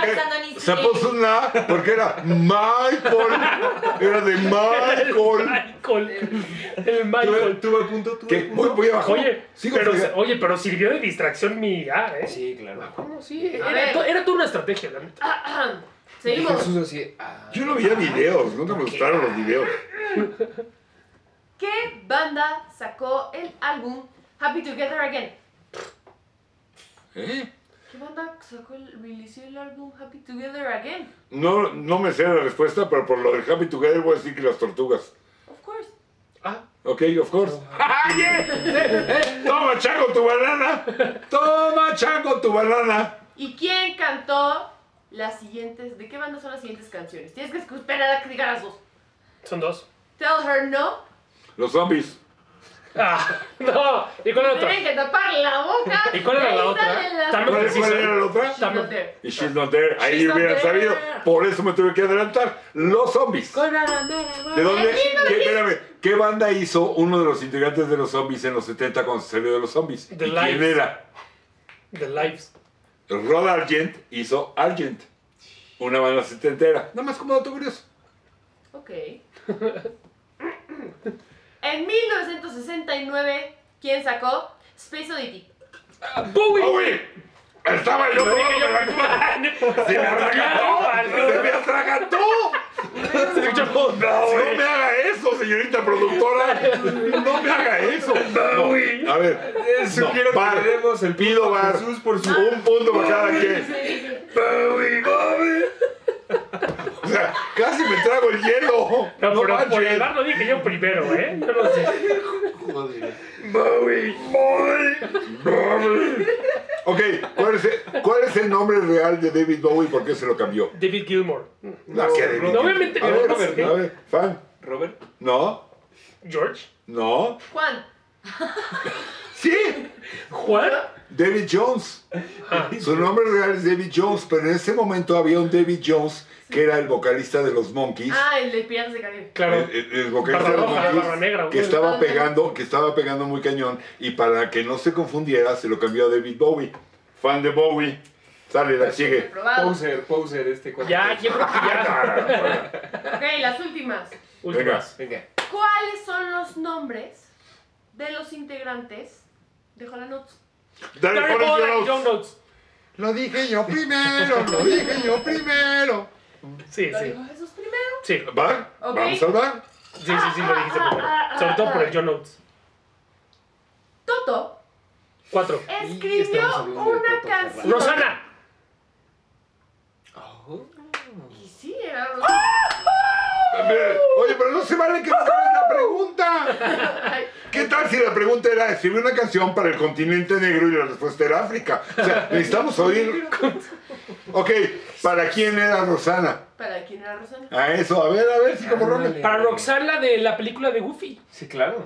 Speaker 1: qué?
Speaker 6: pensando en
Speaker 1: se puso una A porque era Michael. Era de Michael.
Speaker 2: Michael. El
Speaker 4: Tuve,
Speaker 2: Michael.
Speaker 4: tuve punto, tuve
Speaker 1: Que
Speaker 4: punto.
Speaker 1: voy, voy abajo.
Speaker 2: Oye,
Speaker 1: eh, Sigo
Speaker 2: pero,
Speaker 1: fregando.
Speaker 2: oye, pero sirvió de distracción mi A, ¿eh?
Speaker 4: Ah, Sí, claro.
Speaker 2: ¿Cómo sí?
Speaker 3: A
Speaker 2: Era,
Speaker 3: ver. Ah.
Speaker 2: to- era toda una estrategia, la neta.
Speaker 4: Y
Speaker 3: Seguimos.
Speaker 4: Jesús así, ah,
Speaker 1: Yo no veía videos, nunca me gustaron los videos.
Speaker 3: ¿Qué banda sacó el álbum Happy Together Again?
Speaker 1: ¿Eh?
Speaker 3: ¿Qué banda sacó el, releasó el álbum Happy Together Again?
Speaker 1: No, no me sé la respuesta, pero por lo del Happy Together voy a decir que las tortugas.
Speaker 3: Of course.
Speaker 2: Ah,
Speaker 1: Ok, of course. ¡Ay, eh! Eh, eh, ¡Toma, chango, tu banana! ¡Toma, chango, tu banana!
Speaker 3: ¿Y quién cantó las siguientes? ¿De qué banda son las siguientes canciones? Tienes que escu- esperar a que diga las dos.
Speaker 2: son dos.
Speaker 3: Tell Her No.
Speaker 1: Los zombies.
Speaker 2: Ah, no. ¿Y cuál era la otra?
Speaker 3: Tienen que tapar la boca.
Speaker 2: ¿Y cuál era
Speaker 3: Ahí
Speaker 2: la
Speaker 3: salen
Speaker 2: otra?
Speaker 3: las-
Speaker 2: Tan
Speaker 1: ¿Cuál,
Speaker 2: precisa.
Speaker 1: cuál era la otra?
Speaker 3: She's not
Speaker 2: Dame-
Speaker 3: there.
Speaker 1: Y She's Not There. Ahí
Speaker 3: She's not
Speaker 1: hubieran
Speaker 3: there.
Speaker 1: sabido. Por eso me tuve que adelantar. Los zombies. ¿De dónde? ¿Qué, espérame, ¿qué banda hizo uno de los integrantes de los zombies en los 70 cuando se salió de los zombies?
Speaker 2: The
Speaker 1: ¿Y quién
Speaker 2: Lives.
Speaker 1: era?
Speaker 2: The Lives.
Speaker 1: Rod Argent hizo Argent. Una banda setentera. Nada más como dato curioso.
Speaker 3: Ok. en 1969, ¿quién sacó Space Oddity?
Speaker 2: ¡Bowie!
Speaker 1: ¡Oye! ¡Oh, Estaba yo
Speaker 2: Lo dije
Speaker 1: tomando
Speaker 2: yo.
Speaker 1: la copa. ¡Se me atragantó! ¡Se me atragantó! No,
Speaker 4: Ah,
Speaker 1: no me haga eso, señorita productora. No me haga eso. No, A ver.
Speaker 4: Eh, Sugiero
Speaker 1: bar.
Speaker 4: que le demos el
Speaker 1: Pido
Speaker 4: punto a
Speaker 1: bar.
Speaker 4: Jesús por su.
Speaker 1: Un punto para cada quien.
Speaker 4: Bowie, Bowie.
Speaker 1: O sea, casi me trago el hielo.
Speaker 2: No,
Speaker 1: No
Speaker 2: pero por el
Speaker 1: manches.
Speaker 2: bar lo dije yo primero, ¿eh? Yo no sé.
Speaker 1: Bowie, Bowie, Bowie. Ok, ¿cuál es, el, ¿cuál es el nombre real de David Bowie y por qué se lo cambió?
Speaker 2: David Gilmore.
Speaker 1: No, que David.
Speaker 2: no, obviamente
Speaker 1: a
Speaker 2: no,
Speaker 1: ver,
Speaker 2: no
Speaker 1: a ver,
Speaker 2: sé.
Speaker 1: a ver, fan.
Speaker 4: Robert.
Speaker 1: No,
Speaker 2: George.
Speaker 1: no.
Speaker 3: Juan.
Speaker 1: Sí,
Speaker 2: Juan.
Speaker 1: David Jones.
Speaker 2: Ah,
Speaker 1: Su nombre real es David Jones, pero en ese momento había un David Jones que era el vocalista de los Monkeys.
Speaker 3: Ah, el de Piratas de Caribe.
Speaker 2: claro.
Speaker 1: El, el- el vocalista de los
Speaker 2: Barba roja,
Speaker 1: Monkeys,
Speaker 2: barba negra,
Speaker 1: que
Speaker 2: güey.
Speaker 1: estaba pegando, que estaba pegando muy cañón y para que no se confundiera se lo cambió a David Bowie, fan de Bowie. Sale, la sigue.
Speaker 3: Probado. Ok,
Speaker 4: Poser, poser este
Speaker 1: eh.
Speaker 4: cuate.
Speaker 2: Ya, yo creo que ya.
Speaker 3: las últimas.
Speaker 2: Últimas.
Speaker 4: Venga.
Speaker 3: ¿Cuáles son los nombres de los integrantes de Hola Notes?
Speaker 1: Dale,
Speaker 2: Terry
Speaker 1: pones
Speaker 2: Boyd
Speaker 1: los-
Speaker 2: y John Notes.
Speaker 1: Lo dije yo primero, lo dije yo primero.
Speaker 2: Sí,
Speaker 3: ¿Lo
Speaker 2: sí.
Speaker 3: dijo Jesús primero?
Speaker 2: Sí, sí,
Speaker 1: ¿Va?
Speaker 3: Ok.
Speaker 1: ¿Vamos a hablar?
Speaker 2: sí, sí, lo dijiste primero. Sobre todo por el John Notes.
Speaker 3: Toto
Speaker 2: Cuatro.
Speaker 3: escribió
Speaker 4: estamos hablando de
Speaker 3: una
Speaker 4: Toto Ferrari.
Speaker 3: canción.
Speaker 2: Rosana.
Speaker 4: Oh.
Speaker 3: Y sí, era Rosana.
Speaker 2: Uh.
Speaker 1: Oye, pero no se vale que no sabes la pregunta.
Speaker 4: Ah.
Speaker 3: Ay,
Speaker 1: ¿Qué tal si la pregunta era escribir una canción para el continente negro y la respuesta era África? O sea, necesitamos oír. Ok, ¿para quién era Rosana?
Speaker 3: ¿Para quién era Rosana?
Speaker 1: A eso, a ver, a ver si como
Speaker 4: Ándale.
Speaker 1: Robert.
Speaker 2: Para Roxana de la película de Goofy.
Speaker 4: Sí, claro.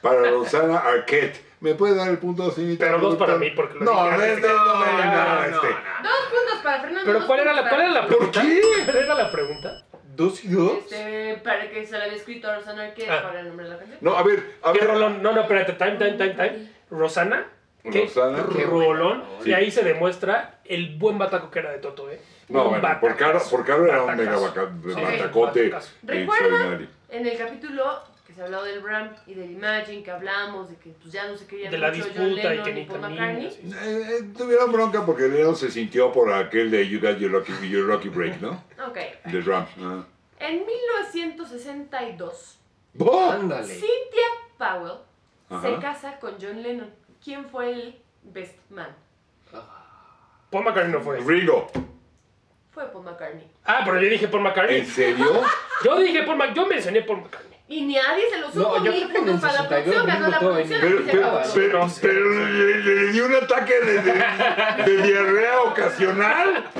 Speaker 1: Para Rosana Arquette. ¿Me puede dar el punto, señorita?
Speaker 2: Pero dos para
Speaker 1: productora?
Speaker 2: mí, porque lo
Speaker 1: No,
Speaker 2: dije
Speaker 1: no,
Speaker 2: antes.
Speaker 1: no, no, no,
Speaker 2: No,
Speaker 1: no,
Speaker 2: no,
Speaker 1: este.
Speaker 3: Dos puntos para Fernando.
Speaker 2: Pero
Speaker 3: dos
Speaker 2: ¿cuál era
Speaker 3: puntos
Speaker 2: la, cuál
Speaker 3: para-
Speaker 2: era la
Speaker 1: ¿Por
Speaker 2: pregunta?
Speaker 1: qué?
Speaker 2: ¿Cuál era la pregunta?
Speaker 4: ¿Dos y dos?
Speaker 3: Este, para que se la había escrito a Rosana Arquette
Speaker 2: Ah.
Speaker 3: para el nombre de la canción.
Speaker 1: No, a ver, a
Speaker 2: ¿Qué
Speaker 1: ver.
Speaker 2: rolón? No, no, espérate, time, time, time, time. Rosana. ¿Qué
Speaker 1: Rosana.
Speaker 2: Qué rolón? Y ahí se demuestra el buen bataco que era de Toto, ¿eh?
Speaker 1: No,
Speaker 2: Un
Speaker 1: bueno, por Caro,
Speaker 2: batacazo,
Speaker 1: por Caro era un mega
Speaker 2: batacazo.
Speaker 1: vaca-
Speaker 2: Sí,
Speaker 1: batacote eh,
Speaker 2: batacazo.
Speaker 3: ¿Recuerdan
Speaker 1: extraordinario.
Speaker 3: en el capítulo que se hablaba del Bram y del Imagine, que hablamos de que pues, ya no se querían
Speaker 2: De la
Speaker 3: mucho John
Speaker 2: disputa y
Speaker 3: Lennon
Speaker 2: que
Speaker 3: y
Speaker 2: ni
Speaker 3: Paul
Speaker 2: camina.
Speaker 3: McCartney?
Speaker 2: sí.
Speaker 1: Eh, eh, tuvieron bronca porque Lennon se sintió por aquel de You Got Your Lucky, your lucky Break, ¿no?
Speaker 3: Ok.
Speaker 1: De Ram. ah.
Speaker 3: En 1962,
Speaker 1: ¡Oh!
Speaker 4: Ándale.
Speaker 3: Cynthia Powell se
Speaker 1: Ajá.
Speaker 3: casa con John Lennon. ¿Quién fue el best man?
Speaker 2: Paul McCartney no fue.
Speaker 1: Ringo,
Speaker 3: Fue Paul McCartney.
Speaker 2: Ah, pero yo dije Paul
Speaker 1: ¿en
Speaker 2: McCartney.
Speaker 1: serio?
Speaker 2: Yo dije Paul McCartney. Yo mencioné Paul McCartney.
Speaker 3: Y ni nadie se lo supo.
Speaker 4: No, yo
Speaker 3: mil
Speaker 4: creo que en
Speaker 3: puntos para la
Speaker 4: 62
Speaker 3: producción. Ganó la
Speaker 4: Ringo
Speaker 3: producción.
Speaker 1: Pero,
Speaker 3: y se
Speaker 1: pero,
Speaker 3: acabó.
Speaker 1: pero- pero le, le- le dio un ataque de, de, de diarrea ocasional.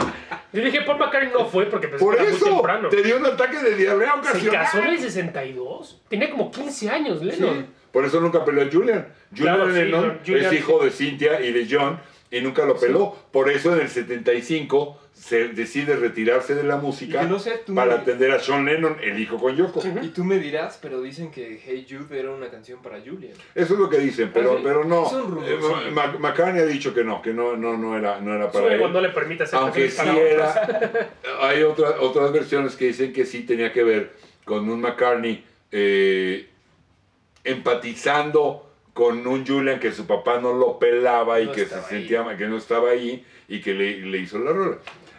Speaker 2: Yo dije Paul McCartney no fue porque pensé
Speaker 1: Por
Speaker 2: que era muy
Speaker 1: eso,
Speaker 2: temprano.
Speaker 1: te dio un ataque de diarrea
Speaker 2: Se casó en
Speaker 1: ocasional.
Speaker 2: el 62. Tenía como 15 años, Lennon.
Speaker 1: Sí, Por eso nunca peleó a Julian. Julian
Speaker 2: Claro, sí,
Speaker 1: Lennon
Speaker 2: Julian-
Speaker 1: es hijo de Cynthia y de John. y nunca lo peló. Por eso en el 75 se decide retirarse de la
Speaker 4: Y
Speaker 1: música
Speaker 4: que no sé, tú
Speaker 1: para
Speaker 4: me-
Speaker 1: atender a Sean Lennon, el hijo con Yoko.
Speaker 2: Sí.
Speaker 4: Y tú me dirás, pero dicen que Hey Jude era una canción para Julian.
Speaker 1: Eso es lo que dicen,
Speaker 4: Ah,
Speaker 1: pero,
Speaker 4: sí.
Speaker 1: pero no.
Speaker 4: Son rumores.
Speaker 1: Eh, Ma- Ma- McCartney ha dicho que no, que no, no, no, era, no era para
Speaker 2: Su ego
Speaker 1: él.
Speaker 2: no le permite hacer
Speaker 1: Aunque sí
Speaker 2: canciones para otros.
Speaker 1: era. Hay otra- otras versiones que dicen que sí tenía que ver con un McCartney eh, empatizando con un Julian que su papá no lo pelaba y
Speaker 4: No
Speaker 1: que se
Speaker 4: estaba
Speaker 1: sentía ma- que no estaba ahí y que le, le hizo la rola.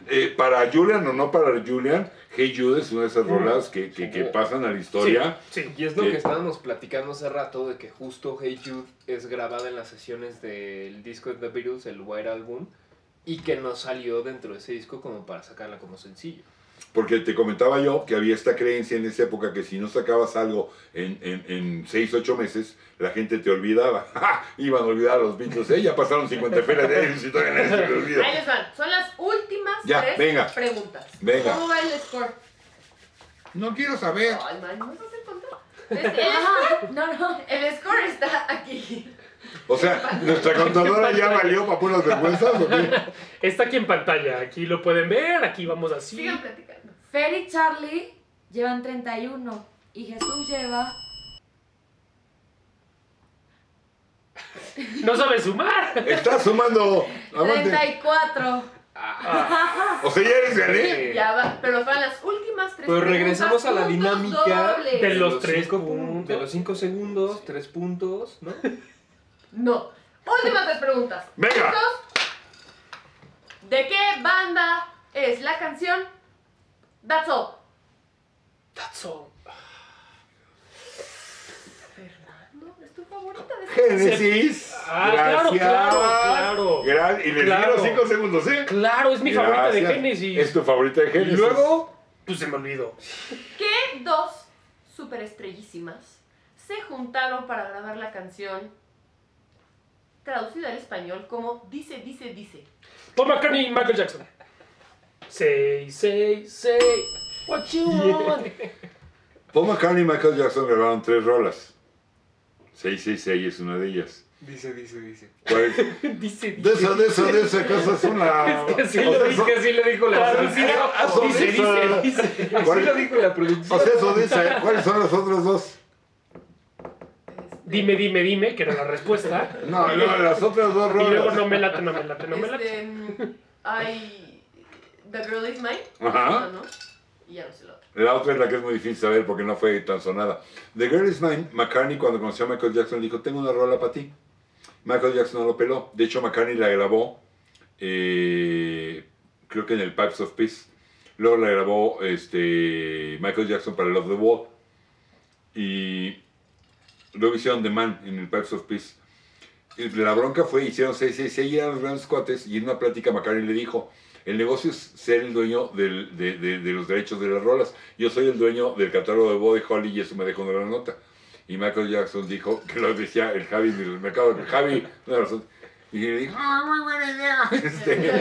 Speaker 1: Eh, para Julian o no para Julian, Hey Jude es una de esas rolas que, que- que pasan a la historia.
Speaker 2: Sí,
Speaker 4: Y es lo
Speaker 1: Sí.
Speaker 4: que estábamos platicando hace rato, de que justo Hey Jude es grabada en las sesiones del disco de The Beatles, el White Album, y que no salió dentro de ese disco como para sacarla como sencillo.
Speaker 1: Porque te comentaba yo que había esta creencia en esa época que si no sacabas algo en, en, en seis, ocho meses, la gente te olvidaba. ¡Ja! Iban a olvidar a los Beatles. ¡Eh! Ya pasaron 50 pelas de ellos y todavía nadie se me olvida.
Speaker 3: Ahí les van. Son las últimas
Speaker 1: Ya,
Speaker 3: tres
Speaker 1: venga.
Speaker 3: preguntas.
Speaker 1: Venga.
Speaker 3: ¿Cómo va el score?
Speaker 1: No quiero saber.
Speaker 3: Ay, man, ¿no vas a contar? Este,
Speaker 6: Ajá, no, no.
Speaker 3: el, el score está aquí.
Speaker 1: O sea, ¿nuestra contadora ya valió para puras vergüenzas o qué?
Speaker 2: está aquí en pantalla. Aquí lo pueden ver, aquí vamos así.
Speaker 3: Sigan platicando.
Speaker 6: Fer y Charlie llevan 31 y Jesús lleva...
Speaker 2: No sabe sumar.
Speaker 1: Estás sumando. Aguante.
Speaker 6: 34.
Speaker 4: Ah,
Speaker 3: Ah,
Speaker 1: O sea, ya eres gané.
Speaker 4: Eh,
Speaker 3: Ya va, pero van las últimas tres
Speaker 4: Pero
Speaker 3: preguntas,
Speaker 4: regresamos a la
Speaker 3: puntos
Speaker 4: dinámica
Speaker 3: dobles.
Speaker 2: De los tres
Speaker 4: cinco pun-
Speaker 2: puntos.
Speaker 4: De los 5 segundos, 3 puntos, ¿no?
Speaker 3: No. Últimas tres preguntas.
Speaker 1: Venga.
Speaker 3: ¿Listos? ¿De qué banda es la canción That's All?
Speaker 2: That's all.
Speaker 3: Fernando, es tu favorita de
Speaker 1: Génesis.
Speaker 2: Ah, claro,
Speaker 1: gracias.
Speaker 2: claro, claro.
Speaker 1: Gra- y le
Speaker 2: Claro.
Speaker 1: dieron cinco segundos, ¿eh?
Speaker 2: Claro, es mi favorita de
Speaker 1: Gracias.
Speaker 2: Genesis.
Speaker 1: Es tu favorita de
Speaker 4: Y
Speaker 1: Génesis.
Speaker 4: luego,
Speaker 2: Pues se me olvidó.
Speaker 3: ¿Qué dos superestrellísimas se juntaron para grabar la canción traducida al español como Dice, Dice, Dice?
Speaker 2: Paul McCartney y Michael Jackson. Say, say, say. What you want.
Speaker 1: Paul McCartney y Michael Jackson grabaron tres rolas. 666 es una de ellas.
Speaker 4: dice, dice, dice.
Speaker 1: ¿Cuál es?
Speaker 2: Dice,
Speaker 1: De esa, de esa, de esa cosa es una.
Speaker 2: Es que sí
Speaker 1: o
Speaker 2: lo
Speaker 1: sea,
Speaker 2: dije,
Speaker 1: son-
Speaker 4: así le dijo
Speaker 2: Traducida.
Speaker 1: Ah, son
Speaker 2: Dice,
Speaker 1: esas.
Speaker 2: dice, dice.
Speaker 1: ¿Cuál-
Speaker 4: Así lo dijo la
Speaker 1: o
Speaker 4: producción.
Speaker 1: sea, eso de esa, ¿Cuáles son los otros dos?
Speaker 3: Este,
Speaker 2: Dime, dime, dime, que era la respuesta.
Speaker 1: No, no, las otras dos
Speaker 2: Y luego no
Speaker 1: rolas.
Speaker 2: me late, no me late, no me late.
Speaker 3: este, mm, hay The Girl Is Mine. Ah,
Speaker 1: Ajá.
Speaker 3: No, no. Y ya no sé la otra.
Speaker 1: La otra es la que es muy difícil saber porque no fue tan sonada. The Girl Is Mine, McCartney cuando conoció a Michael Jackson dijo, tengo una rola para ti. Michael Jackson no lo peló. De hecho, McCartney la grabó, eh, creo que en el Pipes of Peace. Luego la grabó este, Michael Jackson para Love the Wall. Y luego hicieron The Man en el Pipes of Peace. Y La bronca fue, hicieron 666 y eran los grandes cuates. Y en una plática McCartney le dijo, el negocio es ser el dueño del- de, de- de los derechos de las rolas. Yo soy el dueño del catálogo de Body Holly y eso me dejó una gran nota. Y Michael Jackson dijo, que lo decía el Javi del mercado, que Javi, una razón. Y le dijo, ah, muy buena idea. Este,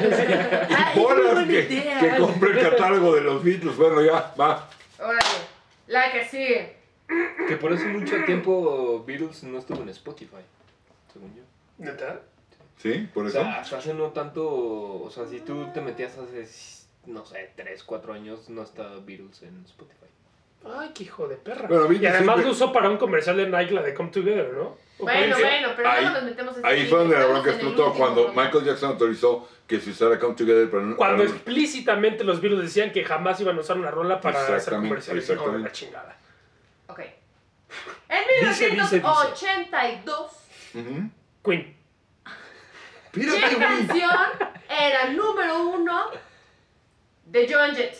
Speaker 6: Ah, es
Speaker 1: y
Speaker 6: muy
Speaker 1: bolas
Speaker 6: buena
Speaker 1: que,
Speaker 6: idea.
Speaker 1: que compre el catálogo de los Beatles. Bueno, ya, va.
Speaker 3: Órale, la que sigue.
Speaker 4: Que por eso mucho tiempo Beatles no estuvo en Spotify, según yo.
Speaker 2: ¿Neta?
Speaker 1: ¿Sí? Por
Speaker 4: O
Speaker 1: eso.
Speaker 4: sea, hasta hace no tanto, o sea, si tú te metías hace, no sé, 3, 4 años, no estaba Beatles en Spotify.
Speaker 2: Ay, qué hijo de perra.
Speaker 1: Bueno,
Speaker 2: y
Speaker 1: Beatles
Speaker 2: además
Speaker 1: siempre-
Speaker 2: lo usó para un comercial de Nike, la de Come Together, ¿no? ¿O cuál
Speaker 3: Bueno,
Speaker 2: es?
Speaker 3: bueno, pero
Speaker 1: ahí-
Speaker 3: no nos metemos en este
Speaker 1: Ahí fue donde la
Speaker 3: Estamos
Speaker 1: bronca
Speaker 3: en el
Speaker 1: explotó
Speaker 3: último
Speaker 1: cuando
Speaker 3: programa.
Speaker 1: Michael Jackson autorizó que se usara Come Together para no-
Speaker 2: Cuando
Speaker 1: para no-
Speaker 2: explícitamente los virus decían que jamás iban a usar una rola para hacer
Speaker 1: Exactamente,
Speaker 2: comerciales. Hijo de la
Speaker 1: exactamente.
Speaker 2: chingada.
Speaker 3: Ok. En
Speaker 4: Dice, dice, dice.
Speaker 3: 1982,
Speaker 1: Ujú.
Speaker 2: Queen.
Speaker 1: Espérate,
Speaker 3: ¿qué
Speaker 1: güey.
Speaker 3: canción era número uno de Joan Jett?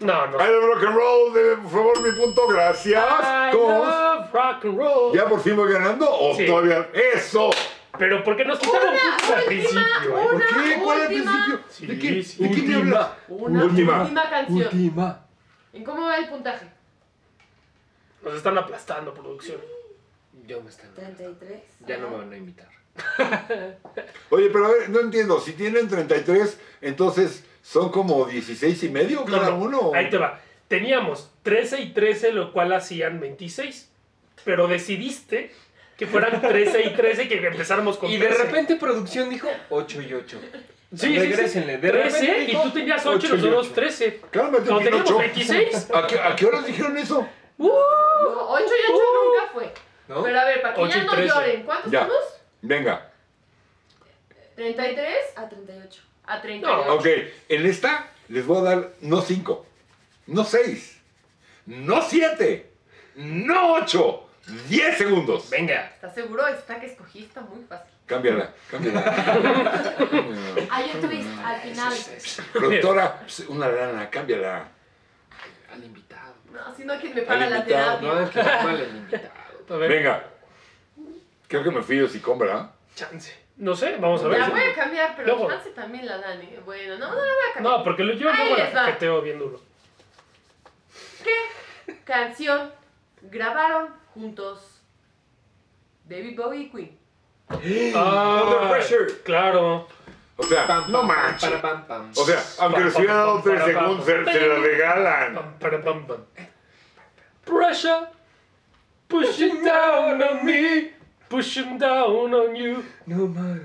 Speaker 2: No, no.
Speaker 1: I love rock and roll, de, por favor, mi punto, gracias.
Speaker 2: I
Speaker 1: Cos.
Speaker 2: love rock and roll.
Speaker 1: ¿Ya por fin voy ganando o
Speaker 2: Sí.
Speaker 1: todavía? ¡Eso!
Speaker 2: Pero ¿por qué nos quitaron puntos
Speaker 3: Una
Speaker 2: al
Speaker 3: última,
Speaker 2: principio? eh?
Speaker 3: una
Speaker 1: ¿Por qué? ¿Cuál es el
Speaker 3: última,
Speaker 1: principio?
Speaker 2: Sí,
Speaker 1: ¿De qué,
Speaker 2: sí.
Speaker 1: ¿de qué me hablas?
Speaker 3: una
Speaker 1: Última.
Speaker 3: última, canción.
Speaker 4: Última.
Speaker 3: ¿En cómo va el puntaje?
Speaker 2: Nos están aplastando, producción.
Speaker 4: Yo me están...
Speaker 6: 33.
Speaker 4: Ya no me van a invitar.
Speaker 1: Oye, pero a ver, no entiendo. Si tienen 33, entonces son como 16 y medio cada
Speaker 2: No, no.
Speaker 1: uno.
Speaker 2: Ahí te va. Teníamos 13 y 13, lo cual hacían 26. Pero decidiste que fueran 13 y 13 y que empezáramos con
Speaker 4: Y de
Speaker 2: 13.
Speaker 4: repente producción dijo 8 y 8.
Speaker 2: Sí, sí, sí.
Speaker 4: Regrésenle. De
Speaker 2: 13
Speaker 4: repente
Speaker 2: y
Speaker 4: dijo
Speaker 2: tú tenías 8 y
Speaker 4: ocho y
Speaker 2: nosotros
Speaker 4: ocho.
Speaker 2: 13.
Speaker 1: Cálmate,
Speaker 2: Cuando teníamos
Speaker 1: Pinocho.
Speaker 2: 26.
Speaker 1: ¿A qué, ¿A qué horas dijeron eso?
Speaker 3: No, 8 y 8 nunca fue.
Speaker 4: ¿No?
Speaker 3: Pero a ver, para que
Speaker 2: Ocho
Speaker 3: ya
Speaker 2: y
Speaker 3: no
Speaker 2: trece.
Speaker 3: lloren, ¿cuántos
Speaker 1: Ya.
Speaker 3: somos?
Speaker 1: Venga.
Speaker 3: 33 a 38. A 38.
Speaker 2: No,
Speaker 1: Ok, en esta les voy a dar no 5, no 6, no 7, no 8, 10 segundos.
Speaker 2: Venga.
Speaker 3: ¿Estás seguro? Esta que escogí está muy fácil.
Speaker 1: Cámbiala, cámbiala.
Speaker 6: Hay un twist
Speaker 2: Mm,
Speaker 6: al final.
Speaker 1: Productora, pues, una lana, cámbiala.
Speaker 4: Al invitado.
Speaker 3: No, si no, ¿quién me paga
Speaker 1: Al
Speaker 3: la
Speaker 1: invitado,
Speaker 3: terapia?
Speaker 4: No, es que fue al invitado.
Speaker 2: A ver.
Speaker 1: Venga. Creo que me fui yo si ¿verdad?
Speaker 2: Chance. No sé, vamos a ver.
Speaker 3: La voy a cambiar, pero
Speaker 2: Luego.
Speaker 3: chance también la Dani. Bueno, no, no la voy a cambiar.
Speaker 2: No, porque lo- yo
Speaker 3: Ahí
Speaker 2: luego la
Speaker 3: les va.
Speaker 2: cajeteo bien duro.
Speaker 3: ¿Qué canción grabaron juntos David Bowie y Queen?
Speaker 2: Ah,
Speaker 1: Under pressure.
Speaker 2: Claro.
Speaker 1: O sea, no manches.
Speaker 4: Para pam pam.
Speaker 1: O sea, aunque les hubiera dado 3
Speaker 2: Para, para,
Speaker 1: segundos, se, se la regalan.
Speaker 2: Pam, para, pam, pam. Pressure. Pushing down on me. Pushing down on you.
Speaker 4: No mames.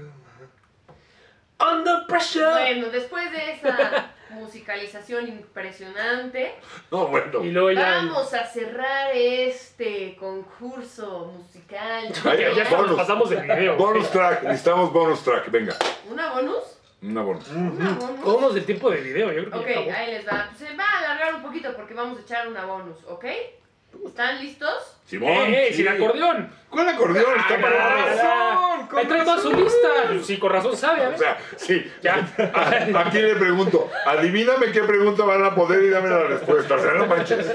Speaker 2: Under pressure.
Speaker 3: Bueno, después de esa musicalización impresionante,
Speaker 1: No, bueno.
Speaker 2: Y luego ya.
Speaker 3: vamos a cerrar este concurso musical.
Speaker 1: Ay,
Speaker 2: Ya, ya hasta nos
Speaker 1: bonus.
Speaker 2: pasamos el video.
Speaker 1: Bonus track, necesitamos bonus track, venga.
Speaker 3: ¿Una bonus?
Speaker 1: Una bonus.
Speaker 3: ¿Una bonus?
Speaker 2: Vamos del tiempo de video, yo creo que
Speaker 3: Ok,
Speaker 2: ya acabó.
Speaker 3: ahí les va. Pues se va a alargar un poquito porque vamos a echar una bonus, ¿ok? ¿Están listos?
Speaker 1: Simón.
Speaker 2: ¡Eh, eh!
Speaker 1: sí.
Speaker 2: ¡Sin acordeón!
Speaker 1: ¿Cuál acordeón? Está
Speaker 2: Ah,
Speaker 1: para
Speaker 2: ya, ya.
Speaker 4: con
Speaker 2: Ahí trae toda su lista. Sí, con razón sabe, a
Speaker 1: O
Speaker 2: ver.
Speaker 1: sea, sí.
Speaker 2: Ya.
Speaker 1: Aquí le pregunto, adivíname qué pregunta van a poder y dame la respuesta. O sea, no manches.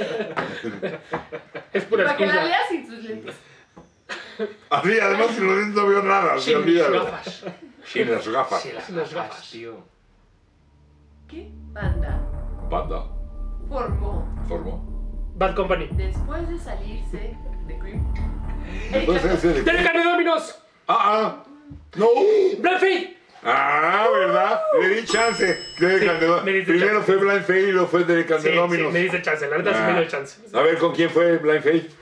Speaker 2: Es pura
Speaker 3: Para que la
Speaker 2: excusa.
Speaker 3: leas sin sus lentes.
Speaker 1: Así, además, si lo dices, no veo nada. Se
Speaker 2: Sin mis
Speaker 1: olvídalo.
Speaker 2: gafas.
Speaker 1: Sin las gafas.
Speaker 4: Se las,
Speaker 2: Las
Speaker 4: gafas,
Speaker 2: gafas.
Speaker 4: tío.
Speaker 3: ¿Qué banda
Speaker 1: Banda.
Speaker 3: formó
Speaker 1: Formó.
Speaker 2: Bad Company.
Speaker 3: después de salirse de Cream?
Speaker 1: Entonces, ese de-
Speaker 2: ¡Tiene carne dominos!
Speaker 1: Ah, ah. No.
Speaker 2: ¡Blackfeet!
Speaker 1: Ah, ¿verdad? Le di chance. Derek
Speaker 2: Sí,
Speaker 1: Candelo-
Speaker 2: me diste
Speaker 1: Primero
Speaker 2: chance.
Speaker 1: fue Blind Faith y luego fue Derek
Speaker 2: Sí, sí,
Speaker 1: Candelóminos.
Speaker 2: me dice chance, la neta sí
Speaker 1: Ah.
Speaker 2: me dio chance.
Speaker 1: A ver, ¿con quién fue Blind Faith?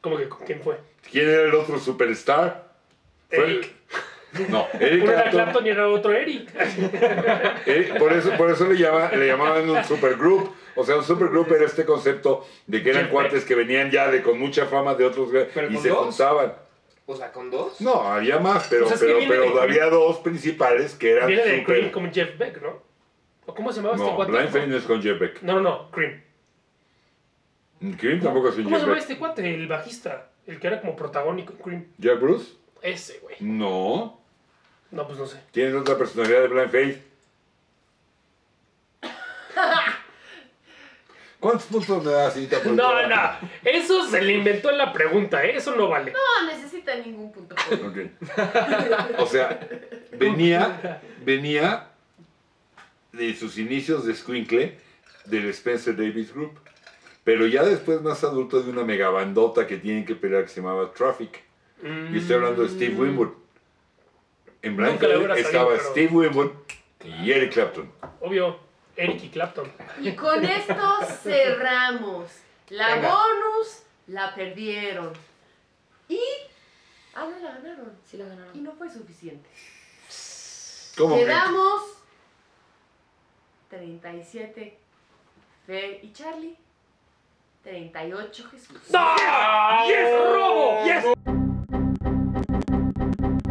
Speaker 2: ¿Cómo que con quién fue?
Speaker 1: ¿Quién era el otro superstar? Fue-
Speaker 2: Eric.
Speaker 1: No, Eric
Speaker 2: Uno era
Speaker 1: Clapton.
Speaker 2: Clapton y era otro Eric.
Speaker 1: Eh, por eso, por eso le, llama- le llamaban un supergroup. O sea, un supergroup era este concepto de que eran
Speaker 2: Sí,
Speaker 1: cuates que venían ya de con mucha fama de otros gra-
Speaker 4: ¿Pero
Speaker 1: y
Speaker 4: con
Speaker 1: se
Speaker 4: dos?
Speaker 1: juntaban.
Speaker 4: O sea, con dos.
Speaker 1: No, había más, pero,
Speaker 2: Pues es que
Speaker 1: pero,
Speaker 2: viene
Speaker 1: pero
Speaker 2: de-
Speaker 1: había dos principales que eran
Speaker 2: Viene de
Speaker 1: super-
Speaker 2: Cream como Jeff Beck, ¿no? ¿O cómo se llamaba este
Speaker 1: No,
Speaker 2: cuate?
Speaker 1: Blind Faith no es con Jeff Beck.
Speaker 2: No, no, no, Cream.
Speaker 1: Cream tampoco es con
Speaker 2: ¿Cómo se
Speaker 1: Jeff
Speaker 2: llamaba
Speaker 1: Beck.
Speaker 2: este cuate? El bajista. El que era como protagónico en Cream.
Speaker 1: ¿Jack Bruce?
Speaker 2: Ese, güey.
Speaker 1: No.
Speaker 2: No, pues no sé.
Speaker 1: Tienes otra personalidad de Blind Faith. ¿Cuántos puntos me das, Anita, por
Speaker 2: No,
Speaker 1: favor?
Speaker 2: no. Eso se le inventó en la pregunta, ¿eh? Eso no vale.
Speaker 3: No necesita ningún punto.
Speaker 1: Ok. O sea, venía, venía de sus inicios de Squinkle del Spencer Davis Group, pero ya después más adulto de una megabandota que tienen que pelear que se llamaba Traffic. Y estoy hablando de Steve Winwood. En Blind
Speaker 2: Mm. Nunca le hubiera
Speaker 1: Faith
Speaker 2: salido,
Speaker 1: estaba
Speaker 2: pero-
Speaker 1: Steve Winwood y Eric Clapton.
Speaker 2: Obvio, Eric y Clapton.
Speaker 3: Y con esto cerramos. La
Speaker 2: Venga.
Speaker 3: bonus la perdieron. Y. Ah, no la ganaron.
Speaker 6: Sí lo
Speaker 3: Y
Speaker 6: ganaron.
Speaker 3: no fue suficiente.
Speaker 1: ¿Cómo
Speaker 3: Le
Speaker 1: que?
Speaker 3: damos 37 Fer y Charlie. 38 Jesús.
Speaker 2: ¡No! ¡Yes, robo! ¡Yes!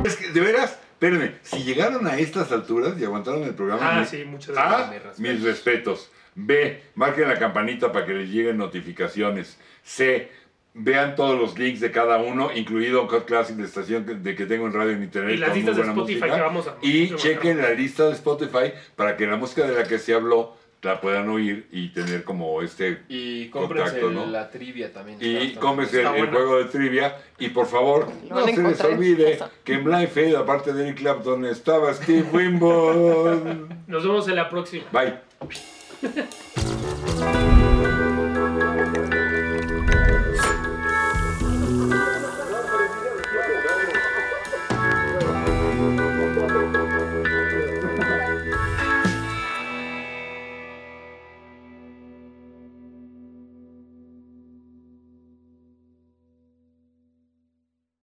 Speaker 1: Es que, de veras, espérenme, si llegaron a estas alturas y aguantaron el programa,
Speaker 2: Ah,
Speaker 1: mi-
Speaker 2: sí, muchas gracias.
Speaker 1: A, mis respetos. B, marquen la campanita para que les lleguen notificaciones. C, vean todos los links de cada uno, incluido Cut Classic de estación de que tengo en radio en internet.
Speaker 2: Y las
Speaker 1: con muy
Speaker 2: listas de
Speaker 1: buena
Speaker 2: Spotify
Speaker 1: música.
Speaker 2: que vamos a-
Speaker 1: Y
Speaker 2: que vamos a-
Speaker 1: chequen la lista de Spotify para que la música de la que se habló la puedan oír y tener como este
Speaker 4: Y cómprense
Speaker 1: Contacto, ¿no?
Speaker 4: la trivia también.
Speaker 1: y
Speaker 4: Está-
Speaker 1: cómese el,
Speaker 2: Está
Speaker 1: el
Speaker 2: bueno.
Speaker 1: juego de trivia. Y por favor, no
Speaker 5: Lo van a
Speaker 1: se les
Speaker 5: encontrar en su
Speaker 1: olvide
Speaker 5: casa.
Speaker 1: que en Blind Faith, aparte de Eric Clapton, estaba Steve Wimbledon.
Speaker 2: Nos vemos en la próxima.
Speaker 1: Bye.